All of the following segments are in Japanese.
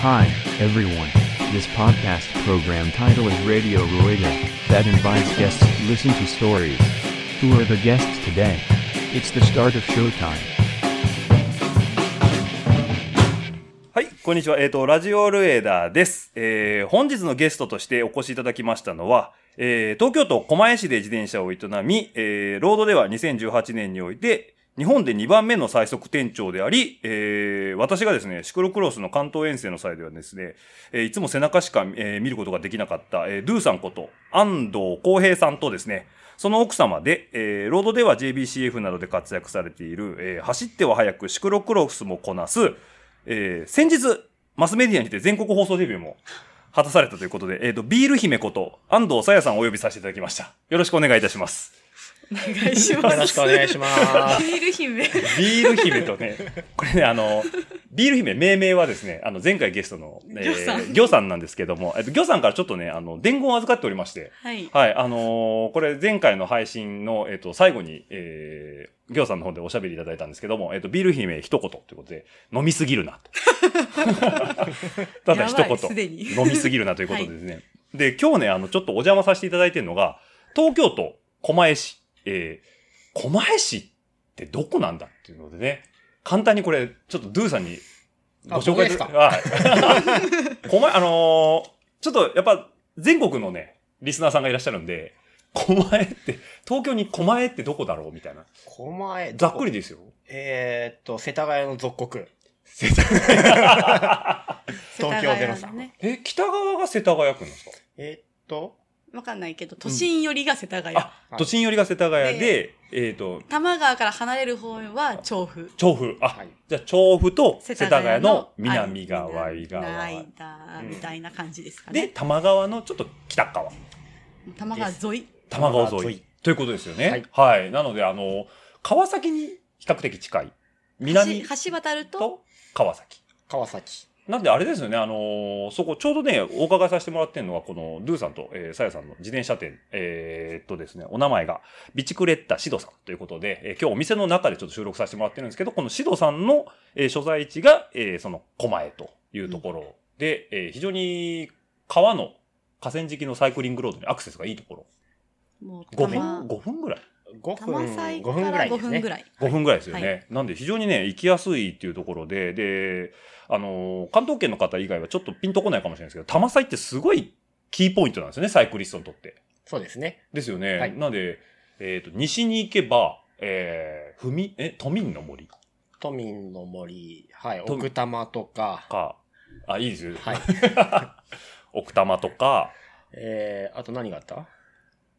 Hi, everyone. This podcast program title is Radio Roida, that invites guests to listen to stories. Who are the guests today? It's the start of showtime. はい、こんにちは。えっ、と、ラジオルエダーです。えー、本日のゲストとしてお越しいただきましたのは、えー、東京都狛江市で自転車を営み、えー、ロードでは2018年において、日本で2番目の最速店長であり、えー、私がですね、シクロクロスの関東遠征の際ではですね、えー、いつも背中しか、えー見ることができなかった、えー、ドゥさんこと、安藤光平さんとですね、その奥様で、えー、ロードでは JBCF などで活躍されている、えー、走っては速くシクロクロスもこなす、えー先日、マスメディアにて全国放送デビューも果たされたということで、えっ、と、ビール姫こと、安藤さやさんをお呼びさせていただきました。よろしくお願いいたします。お願いします。。よろしくお願いしますビール姫。ビール姫とね、 これね、あの、ビール姫命名はですね、あの、前回ゲストの、ギョさんギョさんなんですけども、えっと、ギョさんからちょっとね、あの、伝言を預かっておりまして、はい。はい、あのーこれ前回の配信の、えっ、と、最後に、えー、行さんの方でおしゃべりいただいたんですけども、えっ、と、ビール姫一言ということで、飲みすぎるな と。ただ一やばいすでに言、飲みすぎるなということでですね。で、今日ね、あの、ちょっとお邪魔させていただいてるのが、東京都狛江市、えー、狛江市ってどこなんだっていうのでね、簡単にこれ、ちょっとドゥさんにご紹介あこはい。 狛江、あのーちょっとやっぱ全国のね、リスナーさんがいらっしゃるんで、狛江って、東京に狛江ってどこだろうみたいな。狛江。ざっくりですよ。えーっと、世田谷の属国。世田東京谷の03ね。え、北側が世田谷区なんですかえーっと、わかんないけど、都心寄りが世田谷。あ、はい都心寄りが世田谷で、えっ、と、多摩川から離れる方は調布。調布。あ、はい。じゃあ調布と世田谷の南側、井な側。いだ、みたいな感じですかで、ね。多摩川のちょっと北側。多摩川沿い。多摩川沿い。多摩川沿いということですよね。ははいい。なので、あの、川崎に比較的近い。南橋橋渡ると、と川崎。川崎。なんであれですよね、あのーそこちょうどね、お伺いさせてもらってるのは、この、ルーさんと、えー、さやさんの自転車店、えーっとですね、お名前が、ビチクレッタシドさんということで、えー今日お店の中でちょっと収録させてもらってるんですけど、このシドさんの、えー所在地が、えーその、狛江というところで、えー非常に川の河川敷のサイクリングロードにアクセスがいいところ。もう多5摩分、5分ぐらい5多分、摩祭5か分ぐららい5です分ぐね。らい。 5分ぐらいですよね。はなんで非常にね、行きやすいっていうところで、で、あのー関東圏の方以外はちょっとピンとこないかもしれないですけど、玉祭ってすごいキーポイントなんですよね、サイクリストにとって。そうですね。ですよね。はいなんで、えっ、と、西に行けば、えー、ふみ、え、都民の森都民の森、はい、都民奥多摩とか、か、あ、いいですよ。はい。 奥多摩とか、えー、あと何があった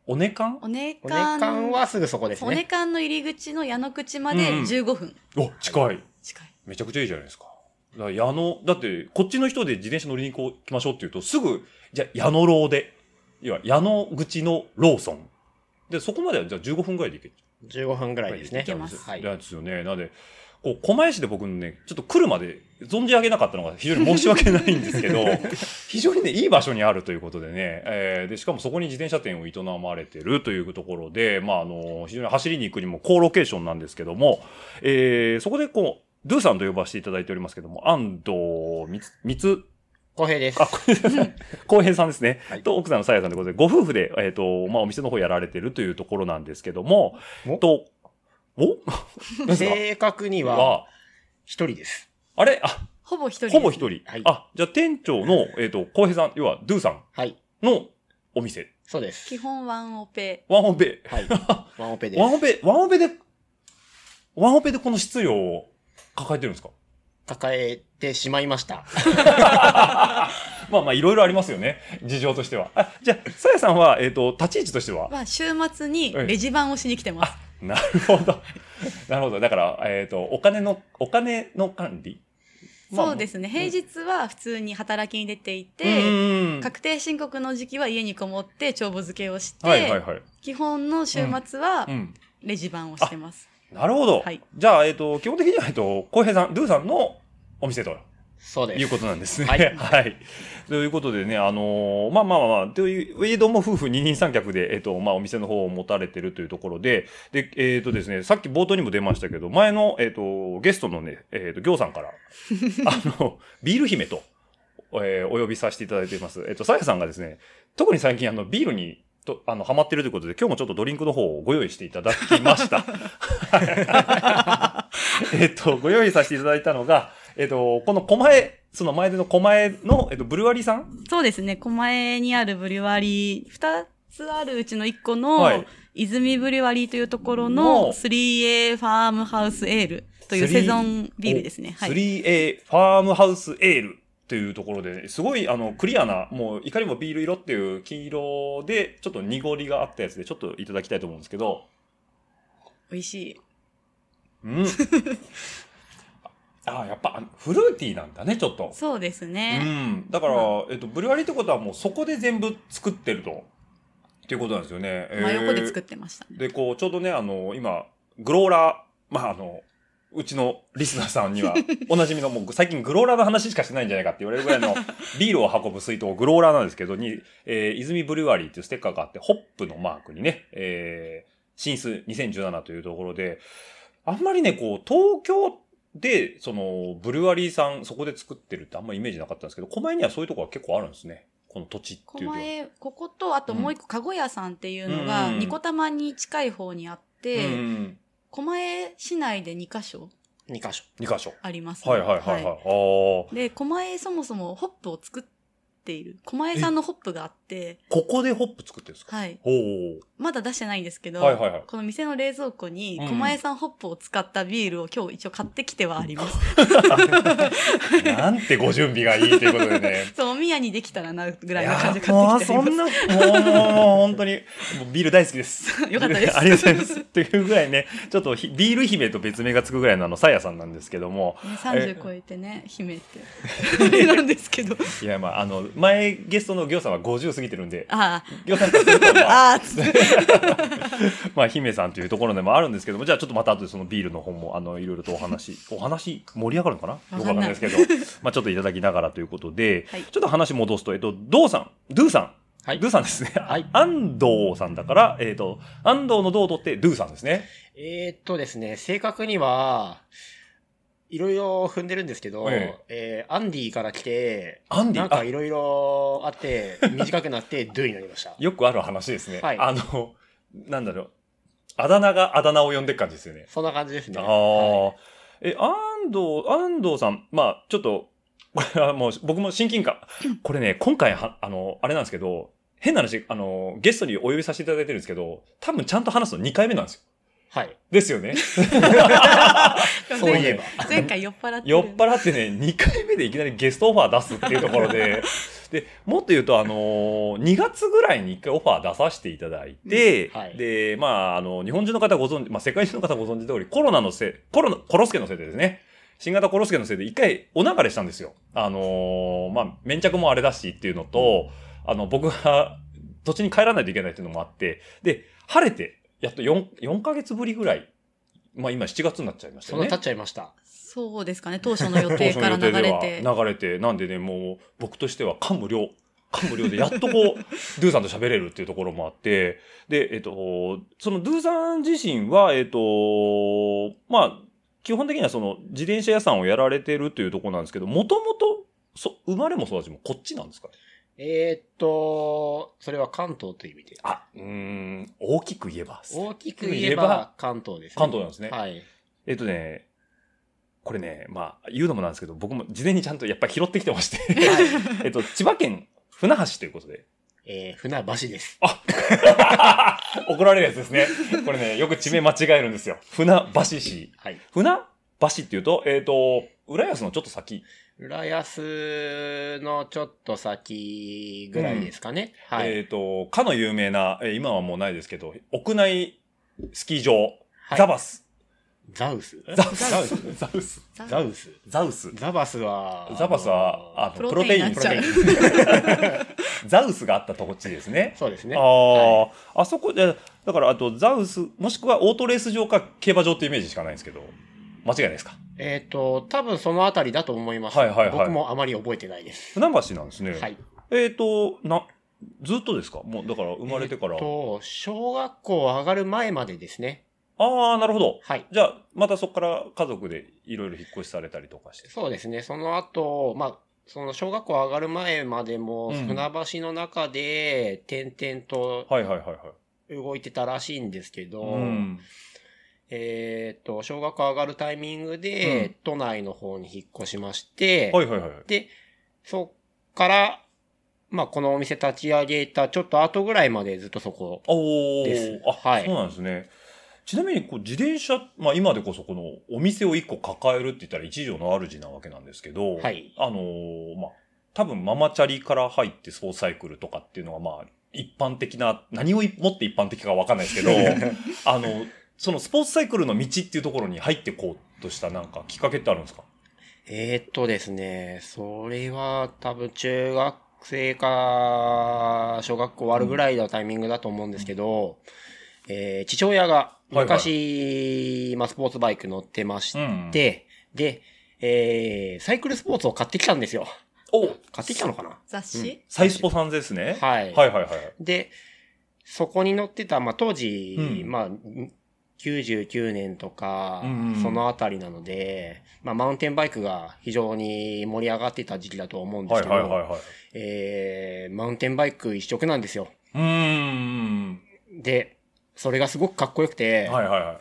尾根間おねおねかかんん、はすぐそこですおねね。かんの入り口の矢野口までうん15分お、近い。近い。めちゃくちゃいいじゃないですか。だから矢野、だって、こっちの人で自転車乗りに行こう、来ましょうって言うと、すぐ、じゃあ矢野楼で、要は矢野口のローソン。で、そこまではじゃあ15分ぐらいで行ける。 15分ぐらいですねい。けますはいなんですよね。なんで、こう、狛江市で僕ね、ちょっと来るまで存じ上げなかったのが非常に申し訳ないんですけ ど、非常にね、いい場所にあるということでね、えーで、しかもそこに自転車店を営まれてるというところで、まあ、あの、非常に走りに行くにも高ロケーションなんですけども、えーそこでこう、ドゥさんと呼ばせていただいておりますけども、安藤みつ、みつ、公平ですあ、。これ、浩平さんですね。はいと、奥さんのさやさんでございます。ご夫婦で、えっ、と、まあ、お店の方やられてるというところなんですけどもお、と、お何ですか正確には、は、一人です。あれあ、ほぼ一人です。ほぼ一人。はいあ、じゃあ店長の、えっ、と、浩平さん、要は、ドゥさんはい。のお店。そうです基。本ワンオペ。ワンオペ。はい。ワンオペでワンす。オペ、ワンオペで、ワンオペでこの質量を抱えてるんですか抱えてしまいました。まあまあ、いろいろありますよね。事情としては。あ、じゃあ、さやさんは、えっ、と、立ち位置としてはは週末にレジ番をしに来てます。なるほど。なるほど。だから、えっ、と、お金の、お金の管理まあそうですね。平日は普通に働きに出ていうて、ん確定申告の時期は家にこもって帳簿付けをして、はいはいはい。基本の週末はうん。レジ番をしてます。なるほど。はいじゃあ、えっ、と、基本的には、えっ、と、浩平さん、ドゥさんのお店と。そうです。いうことなんですね。 は。はいいということでね、あのーまあまあまあまあ、という、えども夫婦二人三脚で、えっ、と、まあお店の方を持たれてるというところで、で、えっ、とですね、さっき冒頭にも出ましたけど、 前の、えっ、と、ゲストのね、えっ、と、行さんから、あの、ビール姫と、えーお呼びさせていただいています。えっと、さやさんがですね、特に最近あの、ビールに、と、あの、ハマってるということで、今日もちょっとドリンクの方をご用意していただきま した。えっと、ご用意させていただいたのが、えっと、この狛江、その前での狛江の、えっと、ブルワリーさんそうですね、狛江にあるブリュワリー、二つあるうちの一個の、はい泉ブリュワリーというところのの 3A ファームハウスエールというスリーセゾンビールですね。はい。 3A ファームハウスエールというところで、すごいあのクリアな、もういかにもビール色っていう黄色で、ちょっと濁りがあったやつで、ちょっといただきたいと思うんですけど、美味しい。 うん。ああ、やっぱあのフルーティーなんだね、ちょっと。そうですうね。ん。だから、えっと、ブルワリーってことはもうそこで全部作ってると。っていうことなんですよね。真横で作っってましたね。で、こう、ちょうどね、あの、今、グローラー、まあ、あの、うちのリスナーさんには、おなじみの、もう最近グローラーの話しかしてないんじゃないかって言われるぐらいの、ビールを運ぶ水筒、グローラーなんですけど、に、えー、泉ブリュワリーっていうステッカーがあって、ホップのマークにね、えー、進出2017というところで、あんまりね、こう、東京で、その、ブリュワリーさん、そこで作ってるってあんまイメージなかったんですけど、狛江にはそういうところが結構あるんですね。この土地っていうのは狛。江、ここと、あともう一個、かご屋さんっていうのうが、んニコタマに近い方にあっうて、ん。狛江市内で2カ所2箇所。 2箇所。ありますね、はいはいはいはい。あーで、狛江そもそもホップを作っている。狛江さんのホップがあって、ここでホップ作ってるんですかはい。おお。まだ出してないんですけど、はいはいはいこの店の冷蔵庫に、うん狛江さんホップを使ったビールを今日一応買ってきてはあります。なんてご準備がいいということで ね。そう、お宮にできたらな、ぐらいの感じでいやも買っうてきてあそりんな、まもう、もう、もう本当に、もうビール大好きです。 よかったで すありがとうございます。というぐらいね、ちょっとひビール姫と別名がつくぐらいのあの、さやさんなんですけども、す。ね30超えてね、姫って。 あれなんですけど。いや、まあ、あの、前ゲストのギョさんは50過ぎてるんで、あギョさんからすると、あ、まあ、ああ、つって。まあ、姫さんというところでもあるんですけども、じゃあちょっとまた後でそのビールの方も、あの、いろいろとお 話、お話盛り上がるのかなよくわかんないですけど、まあちょっといただきながらということで、はいちょっと話戻すと、えっと、ドゥさん、ドゥさん、はいドゥさんですね。はい 安藤さんだから、えっと、安藤のドを取ってドゥさんですね。えー、っとですね、正確には、いろいろ踏んでるんですけど、ええーアンディから来て、アンディなんかいろいろあって、短くなって、ドゥになりました。 よくある話ですね。はいあの、なんだろう、あだ名があだ名を呼んでる感じですよね。そんな感じですね。ああ、はいえ、安藤、安藤さん、まあ、ちょっと、 これはもう、僕も親近 感。これね、今回は、あの、あれなんですけど、変な話、あの、ゲストにお呼びさせていただいてるんですけど、多分ちゃんと話すの2回目なんですよ。はい。ですよね。そういえば。前回酔っ払ってる。酔っ払ってね、2回目でいきなりゲストオファー出すっていうところで、で、もっと言うと、あのー、2月ぐらいに1回オファー出させていただいて、うんはいで、まあ、あの、日本中の方ご存知、まあ、世界中の方ご存知通り、コロナのせい、コロナ、コロスケのせいでですね、新型コロスケのせいで1回お流れしたんですよ。あのーまあ、粘着もあれだしっていうのと、あの、僕が土地に帰らないといけないっていうのもあって、で、晴れて、やっと4、4ヶ月ぶりぐらい、まあ、今7月になっちゃいましたそよんなね。経っちゃいました。そうですかね、当初の予定から流れて。流れて、なんでね、もう僕としては感無量。感無量で、やっと こう、ドゥさんと喋れるっていうところもあって、で、えっと、そのドゥさん自身は、えっと、まあ、基本的にはその自転車屋さんをやられてるというところなんですけど、もともと、そ、生まれも育ちもこっちなんですかねえー、っと、それは関東という意味で。あ、うーん、大きく言えば。大きく言えば関東です、ね。関東なんですねはい。えっとね、これね、まあ、言うのもなんですけど、僕も事前にちゃんとやっぱり拾ってきてまして、 えっと、千葉県船橋ということで、えー、船橋です。 怒られるやつですね。これね、よく地名間違えるんですよ。船橋市。はい。船橋っていうと、えっ、と、浦安のちょっと先。浦安のちょっと先ぐらいですかね。はい。えっ、と、かの有名な、えー今はもうないですけど、屋内スキー場、はいザバス。ザウスザウス。ザウス。ザザウスザウス。ザバスは、ザバスは、あの、ププロロテテイインンですねプロザウスがあったとこっちですね。そうですね。ああ、あそこで、だからあとザウス、もしくはオートレース場か競馬場ってイメージしかないんですけど、間違いないですかえっ、と、多分そのあたりだと思います。はいはいはい僕もあまり覚えてないです。船橋なんですね。はい。えっ、と、な、ずっとですかもう、だから生まれてから。えーと、小学校上がる前までですね。ああ、なるほど。はい。じゃあ、またそこから家族でいろいろ引っ越しされたりとかして。そうですね。その後、まあ、その小学校上がる前までも、うん船橋の中で、点々とはいはいはいはい。動いてたらしいんですけど、うん。えーっと、小学校上がるタイミングで、うん都内の方に引っ越しまして、はいはいはい。で、そっから、まあ、このお店立ち上げたちょっと後ぐらいまでずっとそこ。おですーあ、はいそうなんですね。ちなみにこう自転車、まあ、今でこそこのお店を1個抱えるって言ったら一条の主なわけなんですけど、はいあのーまあ、多分ママチャリから入ってソーサイクルとかっていうのはまあ一般的な、何をもって一般的かわかんないですけど、 あの、そのスポーツサイクルの道っていうところに入ってこうとしたなんかきっかけってあるんですかえーっとですね、それは多分中学生か小学校終わるぐらいのタイミングだと思うんですけど、えー父親が昔、まあ、スポーツバイク乗ってまして、んで、えーサイクルスポーツを買ってきたんですよ。お買ってきたのかな雑誌、サイスポさんですね。はいはいはいはい。で、そこに乗ってた、まあ、当時、うんまあ、99年とか、うんうんそのあたりなので、まあ、マウンテンバイクが非常に盛り上がってた時期だと思うんではすいけはいど、はいはい。えーマウンテンバイク一色なんですよ。うーん。で、それがすごくかっこよくて、はいはいはい。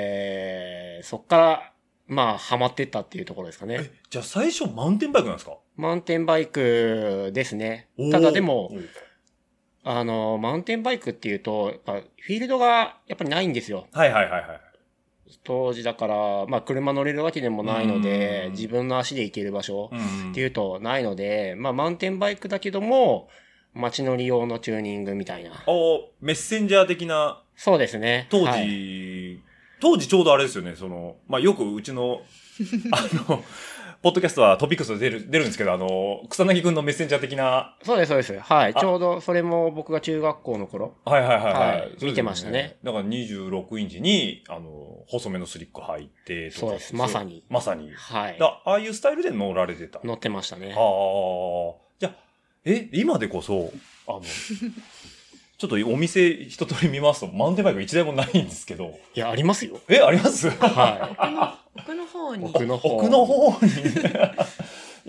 えーそっから、まあ、ハマってったっていうところですかねえ。、じゃあ最初マウンテンバイクなんですかマウンテンバイクですね。ただでも、おーあの、マウンテンバイクっていうと、やっぱ、フィールドがやっぱりないんですよ。はいはいはいはい。当時だから、まあ、車乗れるわけでもないのうでん、自分の足で行ける場所うんっていうとないので、まあ、マウンテンバイクだけども、街乗り用のチューニングみたいな。おーメッセンジャー的な、そうですね。当時、はい当時ちょうどあれですよね、その、まあ、よくうちの、 あの、ポッドキャストはトピックスで出る、出るんですけど、あの、草薙くんのメッセンジャー的な、そうです、そうです。はい。あちょうど、それも僕が中学校の頃。はいはいはいはい。はいそうですよ見てましたね。だから26インチに、あの、細めのスリック履いてとか。そうですまさにまさに。はい。だああいうスタイルで乗られてた。乗ってましたね。ああ、じゃあ、え、今でこそ、あの、ちょっとお店一通り見ますと、マウンテンバイク一台もないんですけど、いや、ありますよ。え、ありますは奥の、奥の方い。に。奥の方。奥の方に。い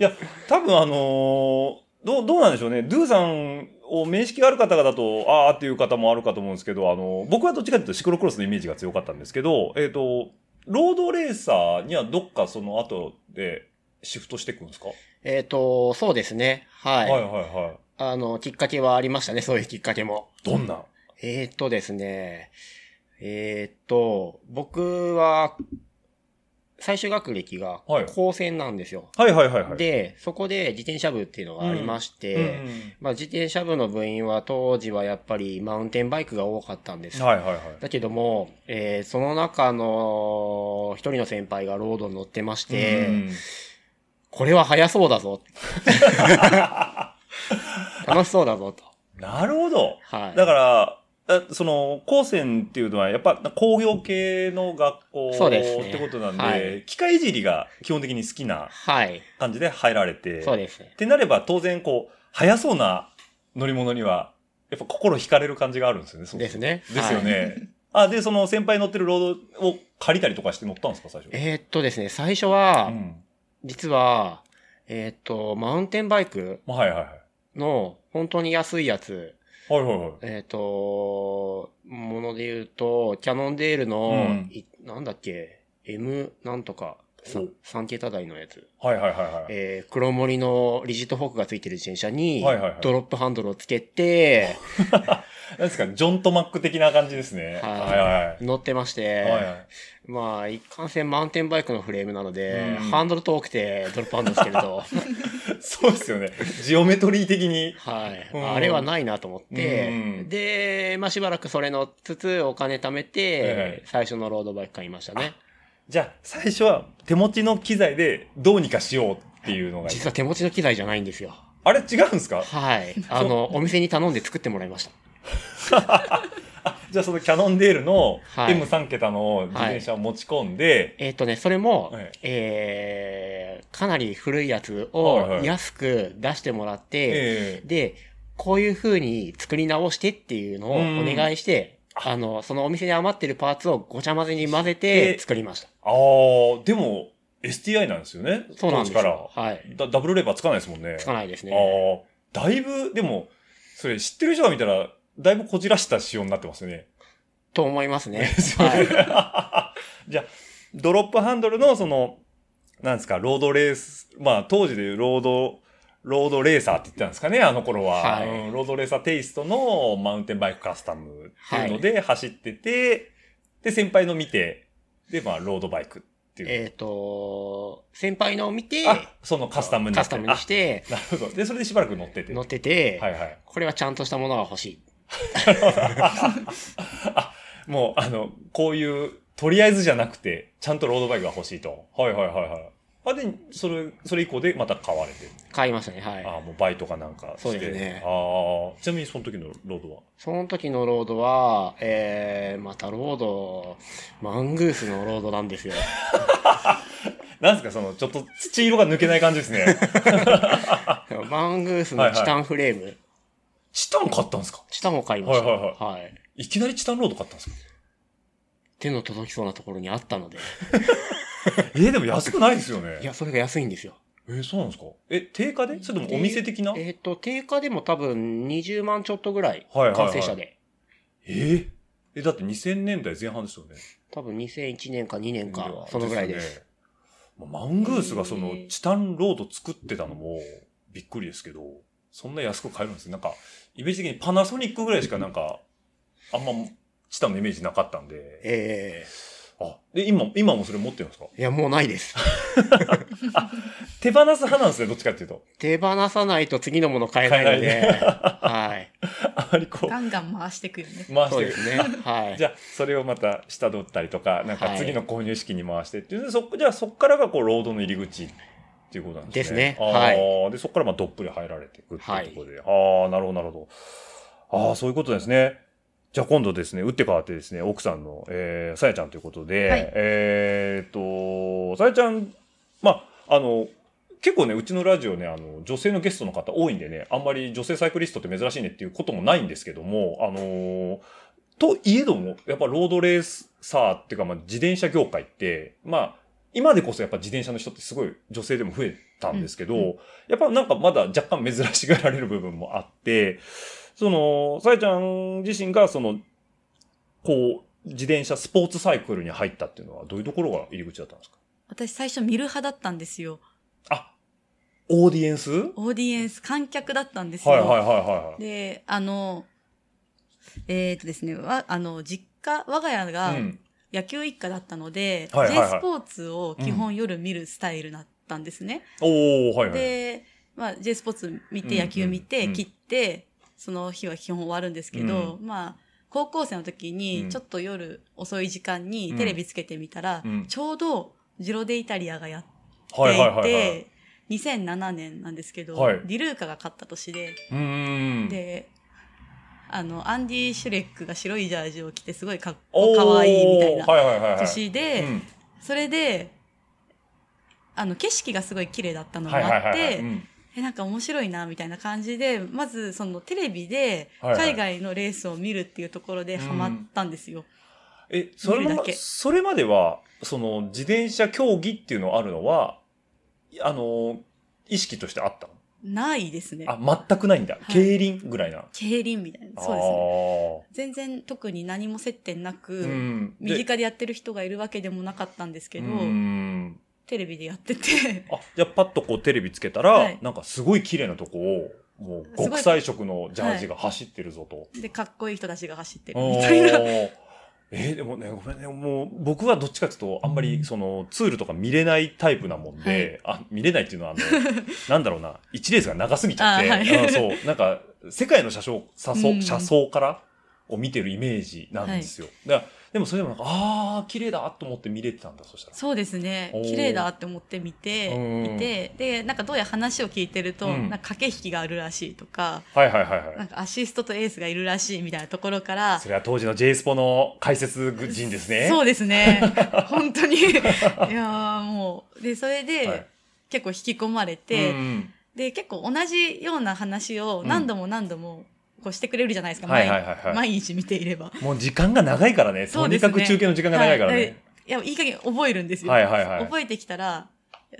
や、多分あのーどう、どうなんでしょうね。ドゥさんを面識がある方々と、あーっていう方もあるかと思うんですけど、あの僕はどっちかというとシクロクロスのイメージが強かったんですけど、えっ、と、ロードレーサーにはどっかその後でシフトしていくんですか、えっ、と、そうですね。はい。はいはいはい。あの、きっかけはありましたね。そういうきっかけも。どんなえっ、とですね。えっ、と、僕は、最終学歴がはい高専なんですよ。はいはいはいはい。で、そこで自転車部っていうのがありまして、うんまあ、自転車部の部員は当時はやっぱりマウンテンバイクが多かったんです。はいはいはい。だけども、えーその中の一人の先輩がロードに乗ってまして、うんこれは速そう だぞ。楽しそうだぞと。なるほど。はい。だから、あその、高専っていうのは、やっぱ工業系の学校そうですねってことなんで、はい機械いじりが基本的に好きなはい。感じで入られて、そうですねっ。てなれば、当然、こう、速そうな乗り物には、やっぱ心惹かれる感じがあるんですよね。そうそうですねですよね。 あ、で、その先輩乗ってるロードを借りたりとかして乗ったんですか、最初。えーっとですね、最初は、うん。実は、えーっと、マウンテンバイクまあはいはいはい。の本当に安いやつ、はいはいはい。えーっと、もので言うと、キャノンデールの、うんいなんだっけ、M なんとか、さお3桁台のやつ。はいはいはいはい。えー黒森のリジットフォークがついてる自転車にはいはいはい、ドロップハンドルをつけて、なんですか、ジョントマック的な感じですね。はいはい乗ってましはい。はいはて、い。まあ、一貫性マウンテンバイクのフレームなので、うんハンドル遠くてドロップハンドルつけると、そうですよね。ジオメトリー的に。はい。うんあれはないなと思って、うんで、まあしばらくそれ乗っつつ、お金貯めえてえ、最初のロードバイク買いましたね。じゃあ、最初は手持ちの機材でどうにかしようっていうのが。実は手持ちの機材じゃないんですよ。あれ違うんですか はい。あの、お店に頼んで作ってもらいました。じゃあ、そのキャノンデールのはい M3 桁の自転車を持ち込んで、えっ、とね、それも、はいえー、かなり古いやつはいはをい安く出してもらって、えで、こういう風に作り直してっていうのをうんお願いして、あの、そのお店に余ってるパーツをごちゃ混ぜに混ぜえて作りました。えああ、でも、 STI なんですよね。そうなんで当時すからよ。はい。だダブルレバーつかないですもんね。つかないですね。ああ、だいぶ、でも、それ知ってる人が見たら、だいぶこじらした仕様になってますよね。と思 いますね。は。はいい、じゃあ、ドロップハンドルの、その、なんですか、ロードレース、まあ、当時でいうロード、ロードレーサーって言ってたんですかね、あの頃は。はいうんロードレーサーテイストのマウンテンバイクカスタムっていうので走ってて、で、先輩の見て、で、まあ、ロードバイクっていう。えっと、先輩のを見て、あ、そのカスタムになカっスてタムにして、あなるほど。で、それでしばらく乗ってて。乗ってて、はいはい。これはちゃんとしたものが欲しい。あ、もう、あの、こういう、とりあえずじゃなくて、ちゃんとロードバイクが欲しいと。はいはいはいはい。あ、で、それ、それ以降でまた買われて。買いましたね。はい。あ、もうバイトかなんかして。そうですねああ、ちなみにその時のロードはその時のロードは、えー、またロード、マングースのロードな んですよ。なんですか、その、ちょっと土色が抜けない感じですね。 マングースのチタンフレーム。チタン買ったんですかチタンを買いました。はいはいはい。いきなりチタンロード買ったんですか手の届きそうなところにあったので。えーでも安くないですよね。いや、それが安いんですよ。えーそうなんですかえ、定価でそれともお店的なええっ、と、定価でも多分20万ちょっとぐらい。はいはいはい完成車で。ーえ、だって2000年代前半ですよね。多分2001年か2年か、そのぐらいです。よね。まあマングースがそのチタンロード作ってたのもびっくりですけど、そんな安く買えるんですね。なんか、イメージ的にパナソニックぐらいしかなんか、あんまチタンのイメージなかったんで。えあ、で、今、今もそれ持ってるんですかえいや、もうな いです。手放す派なんですね、どっちかっていうと。手放さないと次のもの買えないの買で。 はい。あまりこガンガン回してくよねう、。回しそうてでる。すね。はい。じゃあ、それをまた下取ったりとか、なんかはい次の購入式に回してっていうので、そっじゃあそっからがこう、ロードの入り口っていうことなんですね。ですねはいい。で、そっからまあ、どっぷり入られていくっていうところで。ああ、なるほど、なるほど。ああ、そういうことですね。じゃあ今度ですね、打って変わってですね、奥さんの、えー、さやちゃんということで、はいえーっと、さやちゃん、まあ、あの、結構ね、うちのラジオね、あの、女性のゲストの方多いんでね、あんまり女性サイクリストって珍しいねっていうこともないんですけども、あのーといえども、やっぱロードレースサーっていうか、まあ、自転車業界って、まあ、今でこそやっぱ自転車の人ってすごい女性でも増えたんですけど、うんうやっぱなんかまだ若干珍しがられる部分もあって、その、さえちゃん自身がその、こう、自転車スポーツサイクルに入ったっていうのはどういうところが入り口だったんですか私最初見る派だったんですよ。あ、オーディエンスはいオーディエンス、観客だったんですよ。はいはいはいはい。で、あの、えっ、とですね、わあの、実家、我が家がうん野球一家だったので、はいはいはい J スポーツを基本夜見るスタイルだったんですね。おー、はいはい。で、まあ、J スポーツ見うんて、野球見て、うん切って、その日は基本終わるんですけど、まあ、高校生の時うんに、ちょっと夜遅い時間うにんテレビつけてみたら、うんちょうどジロデイタリアがやってはいはいいはいはい。て、2007年なんですけど、はいディルーカが勝った年で、うーん。で、あの、アンディ・シュレックが白いジャージを着て、すごいかっおこーかわいいみたいなはいはいはいはい。年で、うんそれで、あの、景色がすごい綺麗だったのもはいはいあっはいはい。てう、んえなんか面白いなみたいな感じでまずそのテレビではいはい海外のレースを見るっていうところでハマったんですよ。え、それ見るまだけそれまでは、その、自転車競技っていうのあるのは、あの、意識としてあったのないですね。あ、全くないんだ。い競輪ぐらいな。競輪みたいな。そうですね。ね。全然特に何も接点なく、うん。身で近でやってる人がいるわけでもなかったんですけど、うんテレビでやってて、 あ、じゃあパッとこうテレビつけたら、はいなんかすごい綺麗なとこを、もうすごい極彩色のジャージが走ってるぞと。で、かっこいい人たちが走ってるおーみたいな。えーでもね、ごめんね、もう僕はどっちかっていうと、あんまりそのツールとか見れないタイプなもんで、あ、見れないっていうのは、あの、 なんだろうな、一レースが長すぎちゃって、あはいうんそう、なんか、世界の車掌、車窓、うん車窓からを見てるイメージなんですよ。だからでもそれでもなんか、あー、綺麗だと思って見れてたんだ、そしたら。 そうですねおー。綺麗だって思って見てうんいて、で、なんかどうやら話を聞いてると、うんなんか駆け引きがあるらしいとか、はいはいはいはないん。かアシストとエースがいるらしいみたいなところから、それは当時の J スポの解説人ですね。そうで すね。本当に。いやーもう。で、それで、はい結構引き込まれうて、んで、結構同じような話を何度も何度もこうしてくれるじゃないですか。はい毎はいはいはい毎日見ていれば。もう時間が長いからね。そとうでにすねかく中継の時間が長いからはいね。いや、いい加減覚えるんですよ。はいはいはい覚えてきたら、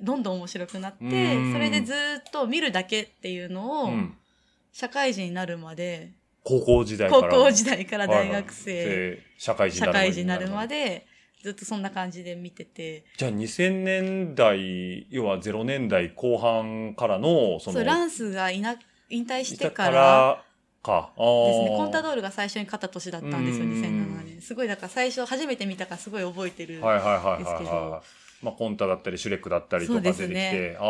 どんどん面白くなっうんて、それでずーっと見るだけっていうのを、うん社会人になるまで、高校時代か高ら。校時代からはい大はい学生、社会人社会人になるまで。で、ずっとそんな感じで見てて、じゃあ2000年代、要は0年代後半からの、その、そう、ランスがいな、引退いしてたから、か。あですね、コンタドドールが最初に勝った年だったんですよ、うん2007年。すごい、だから最初初めて見たからすごい覚えてる。はいはいはいですはいけはどい。まあコンタだったり、シュレックだったりとかそう出でてすきて。ねあ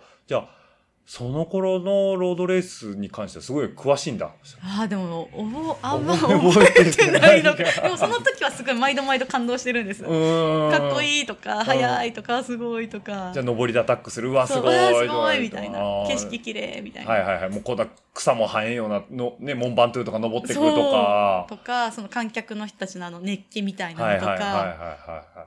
あ。じゃあ、その頃のロードレースに関してはすごい詳しいんだ。ああ、でも、おぼ、あんま覚覚ええててなないいが のか。でもその時はすごい毎度毎度感動してるんです。うかーん。っこい。いいとか、速いとか、すごいとかじゃ。あ、上りでアタックする。うわ、すそうごい。わあすごいみたいなあー景色綺麗みたいな、はいはいはい。もうこんな草も生えんようなの、ね、門番というとか登ってくそうるとか。とかその観客の人たちのあの熱気みたいなはいのはいとはいはいか、はいはい。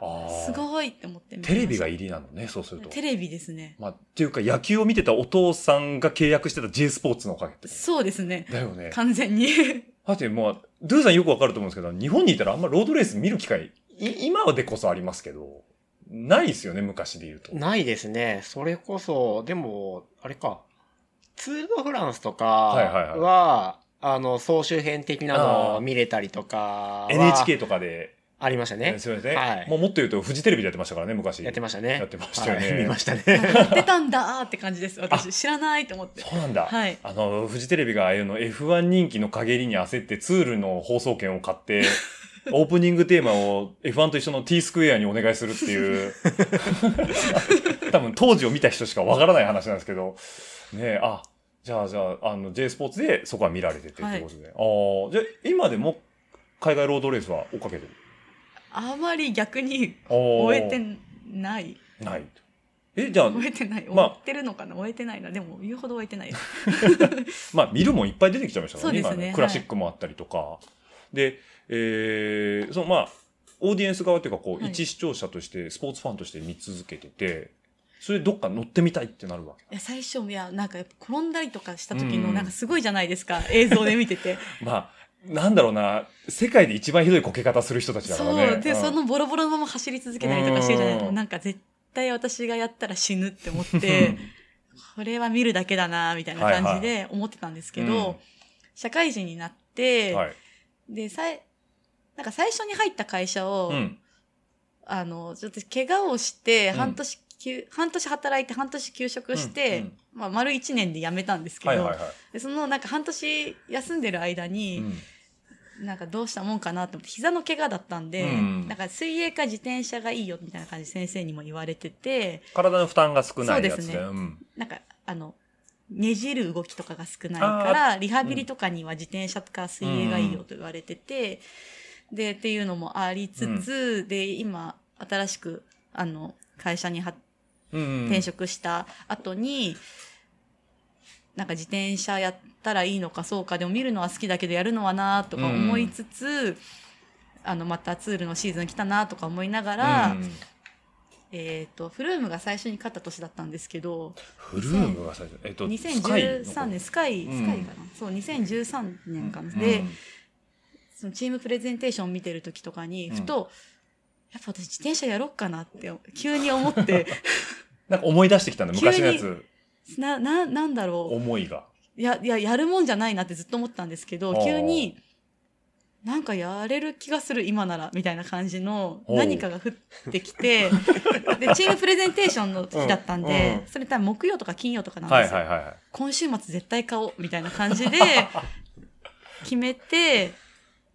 あーすごいって思って見てまテレしたビが入りなのね、そうすると。テレビですねまあ、っていうか野球を見てたお父さんが契約してた J スポーツのおかげってこそうですねとだよね。完 全にだってもう、ドゥーさんよくわかると思うんですけど、日本にいたらあんまロードレース見る機会、い今でこそありますけど、ないですよね、昔で言うと。ないですね。それこそ、でも、あれか、ツールドフランスとかいはいはいは、あの、総集編的なのを見れたりとかは NHK とかで、ありましたね。すみませんね、はいもうもっと言うと、フジテレビでやってましたからね、昔。やってましたね。やってましたよね はい見ましたね。やってたんだーって感じです私知らないと思ってそうなんだ。はいあの、フジテレビがああいうの F1 人気の陰りに焦ってツールの放送権を買 って、オープニングテーマを F1 と一緒の T スクエアにお願いするって いう、多分当時を見た人しかわからない話なんですけど、ねえ、あ、じゃあじゃあ、あの J スポーツでそこは見られててってことで。ああ、じゃあ今でも海外ロードレースは追っかけてるあまり逆に終終えてないない。え、じゃあ、終えてない終まあわってるのかな終えてないなでも言うほど終えてな いですまあ、見るもんいっぱい出てきちゃいましたからね、そうです今ねねはいクラシックもあったりとか。で、えーそのまあ、オーディエンス側っていうか、こう、はい一視聴者として、スポーツファンとして見続けてて、それどっか乗ってみたいってなるわけ。いや最初いやなんかやっぱ転んだりとかした時うのんなんかすごいじゃないですか映像で見て てまあ、なんだろうな、世界で一番ひどいこけ方する人たちだからね。そうで、んそのボロボロのまま走り続けたりとかしてるじゃないですうかんなんか絶対私がやったら死ぬって思っうてんこれは見るだけだなみたいな感じで思ってたんですけど、うん社会人になって、はい。でさいなんか最初に入った会社を、うん。あのちょっと怪我をしてうん半年休、半年働いて半年休職して、うんうんまあ、丸1年で辞めたんですけはど、いはいはでそのなんか半年休んでる間い。に、うんなんかどうしたもんかなと思って膝の怪我だったんで、うんなんか水泳か自転車がいいよみたいな感じで先生にも言われてて体の負担が少ないやそうつで。ですねうんなんかあのねじる動きとかが少ないからリハビリとかには自転車か水泳がいいよと言われてて、でっていうのもありつつ、で今新しくあの会社にはうん。転職した後に、なんか自転車やったらいいのかそうかでも見るのは好きだけどやるのはなとか思いつつ、あのまたツールのシーズン来たなとか思いながら、うんえっ、とフルームが最初に勝った年だったんですけどフルームが最初。えっと、スカイの2013年スカイスうカんイかな、そう2013年かな、うんでそのチームプレゼンテーション見てる時とかにふと、やっぱ私自転車やろっかなって急に思って なんか思い出してきたんだ、昔のやつ、なななんだろう思いが。いや、いや、やるもんじゃないなってずっと思ってたんですけあどー、急に、なんかやれる気がする、今なら、みたいな感じのおう何かが降って きて、で、チームプレゼンテーションの時だったんうんでう、んそれ多分木曜とか金曜とかなんはでいすよ。はいはいはい。今週末絶対買おう、みたいな 感じで、決めて、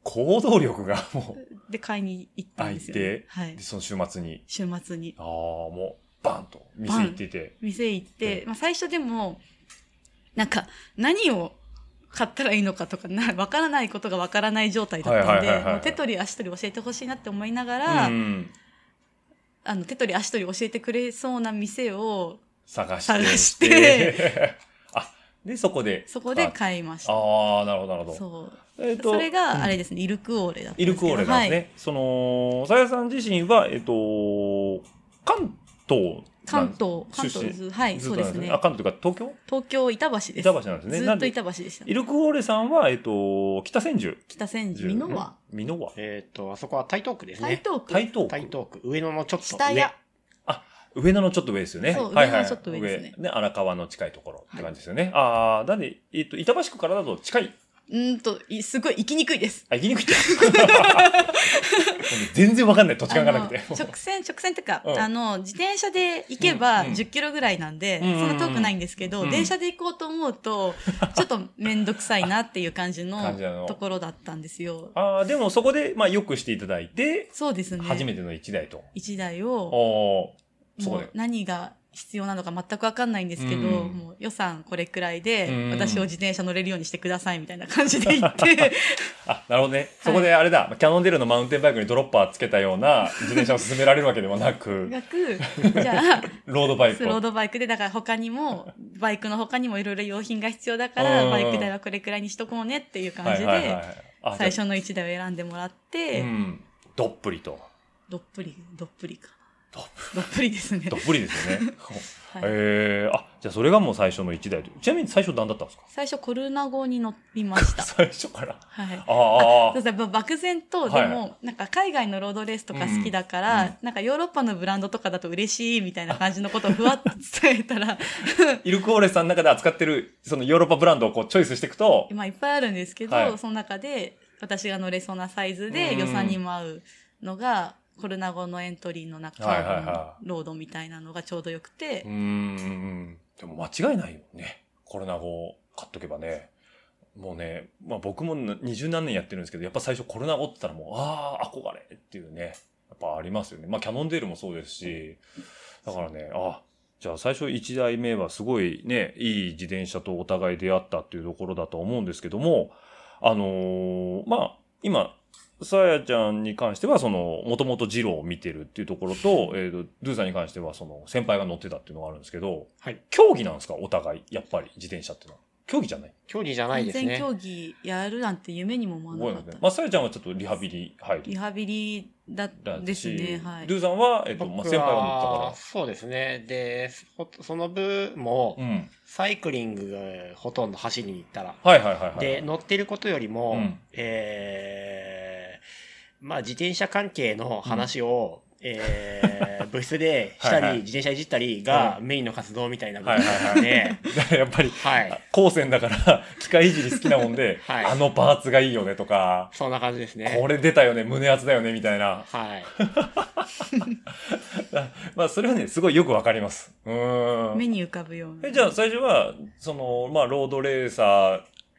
行動力がもで、買いに行ったんですよあ行ってね。はう、いで。その週末に、週末にああ、もう、バンと、店行ってて。店行っうてん、まあ最初でも、なんか、何を、買ったらいいのかとかな、 わからないことがわからない状態だったんはいはいはいで、はいもう手取り足取り教えてほしいなって思いながら、うん。あの手取り足取り教えてくれそうな店を探して。探して。 あ、で、そこで。そこで買いましあた。あー、なるほど、なるほど。そう。えっそれが、あれですね、イルクオーレだったんイでルすけクど。オーレなんですね。はい。その、さやさん自身は、えっと、関東関東、出関身東ず、はい、ずそっとうでなんすねあ、。関東というか東京東京、板橋です。板橋なんですねずなっんとで板橋でした。イルクホーレさんは、えっと、北千住。北千住、美濃は、美濃はえっ、と、あそこは台東区です台ね。東区、台東台区。東区。上野のちょっと下上。屋、上野のちょっと上ですよね。そうはいはい上野のちょっと上ですね上ね、荒川の近いところって感じですよね。ああ、なんで、えっと、板橋区からだと近い。うーんと、いすごい行きにくいです。あ、行きに くいって。全然わかんない。土地あ勘のがなくて。直線、直線っていうか、うんあの、自転車で行けうばんうん10キロぐらいなんで、うんうんうんそんな遠くないんですけど、うん電車で行こうと思うと、ちょっとめんどくさいなっていう感じ感じなののところだったんですよ。ああ、でもそこで、まあ、よくしていただいて、そうですね。初めての一台と。一台を、おーそもこでう。何が必要なのか全くわかんないんですけど、うんもう予算これくらいうんで、私を自転車乗れるようにしてくださいみたいな感じで 行って、あ、なるほどね。そこであれだ、キャノンデールのマウンテンバイクにドロッパーつけたような自転車を勧められるわけでもな く、なく、じゃあ、ロードバイスクローを。ドバイクで、だから他 にも、バイクの他にもいろいろ用品が必要だから、うんバイク代はこれくらいにしとこうねっていう感じはいはいはいで、はいあ最じゃ初の1台を選んでもらっあうて、ん。どっぷりと。どっぷり、どっぷりかどっ。どっぷりですねど。っぷりですよね。はいえー、あ、じゃあそれがもう最初の一台と。ちなみに最初何だったんですか最初コルナ号に乗り ました。最初から。はい。あああそう ですねば漠然と、はいでも、なんか海外のロードレースとか好きだかうんうんら、なんかヨーロッパのブランドとかだと嬉しいみたいな感じのことをふわっと伝えたら、あ、イルクオーレさんの中で扱ってる、そのヨーロッパブランドをこうチョイスしていくと、まあいっぱいあるんですけど、はいその中で私が乗れそうなサイズうでん予算にも合うのが、コルナゴのエントリーの中はいはいはロードみたいなのがちょうどよくてうー、ん。でも間違いないよね。コロナ後買っとけばね。もうね、まあ僕も二十何年やってるんですけど、やっぱ最初コロナ後って言ったらもう、ああ、憧れっていうね、やっぱありますよね。まあキャノンデールもそうですし、だからね、あじゃあ最初1台目はすごいね、いい自転車とお互い出会ったっていうところだと思うんですけども、あのーまあ、今、さやちゃんに関しては、その、もともとジローを見てるっていうところ と、えっ、と、ドゥーさんに関しては、その、先輩が乗ってたっていうのがあるんですけど、はい競技なんですかお互い、やっぱり、自転車っていうのは。競技じゃない競技じゃない全です然競ね。技やるなんて夢にも思わなかった。まあ、さやちゃんはちょっとリハビリ入リりハビリだっただんしですね。はいド。ゥーさんは、えっ、と、まあ、僕先輩が乗っは、そうですね。で、ほその部もてたから。う、ん。サイクリングがほとんど走りに行ったら。はいはいはいはい。で、乗ってることよりも、うんえーまあ自転車関係の話を、えー部室でしたり、 はいはい自転車いじったりがメインの活動みたいな部分はいはいなはのいで、だ からやっぱり、はい。高専だから、 機械いじり好きなもんで、はいあのパーツがいいよねとか、そんな感じですね。これ出たよね、胸厚だよね、みたいな。はい。まあ、それはね、すごいよくわかります。うー目ん。に浮かぶような。え、じゃあ、最初は、その、まあ、ロードレーサ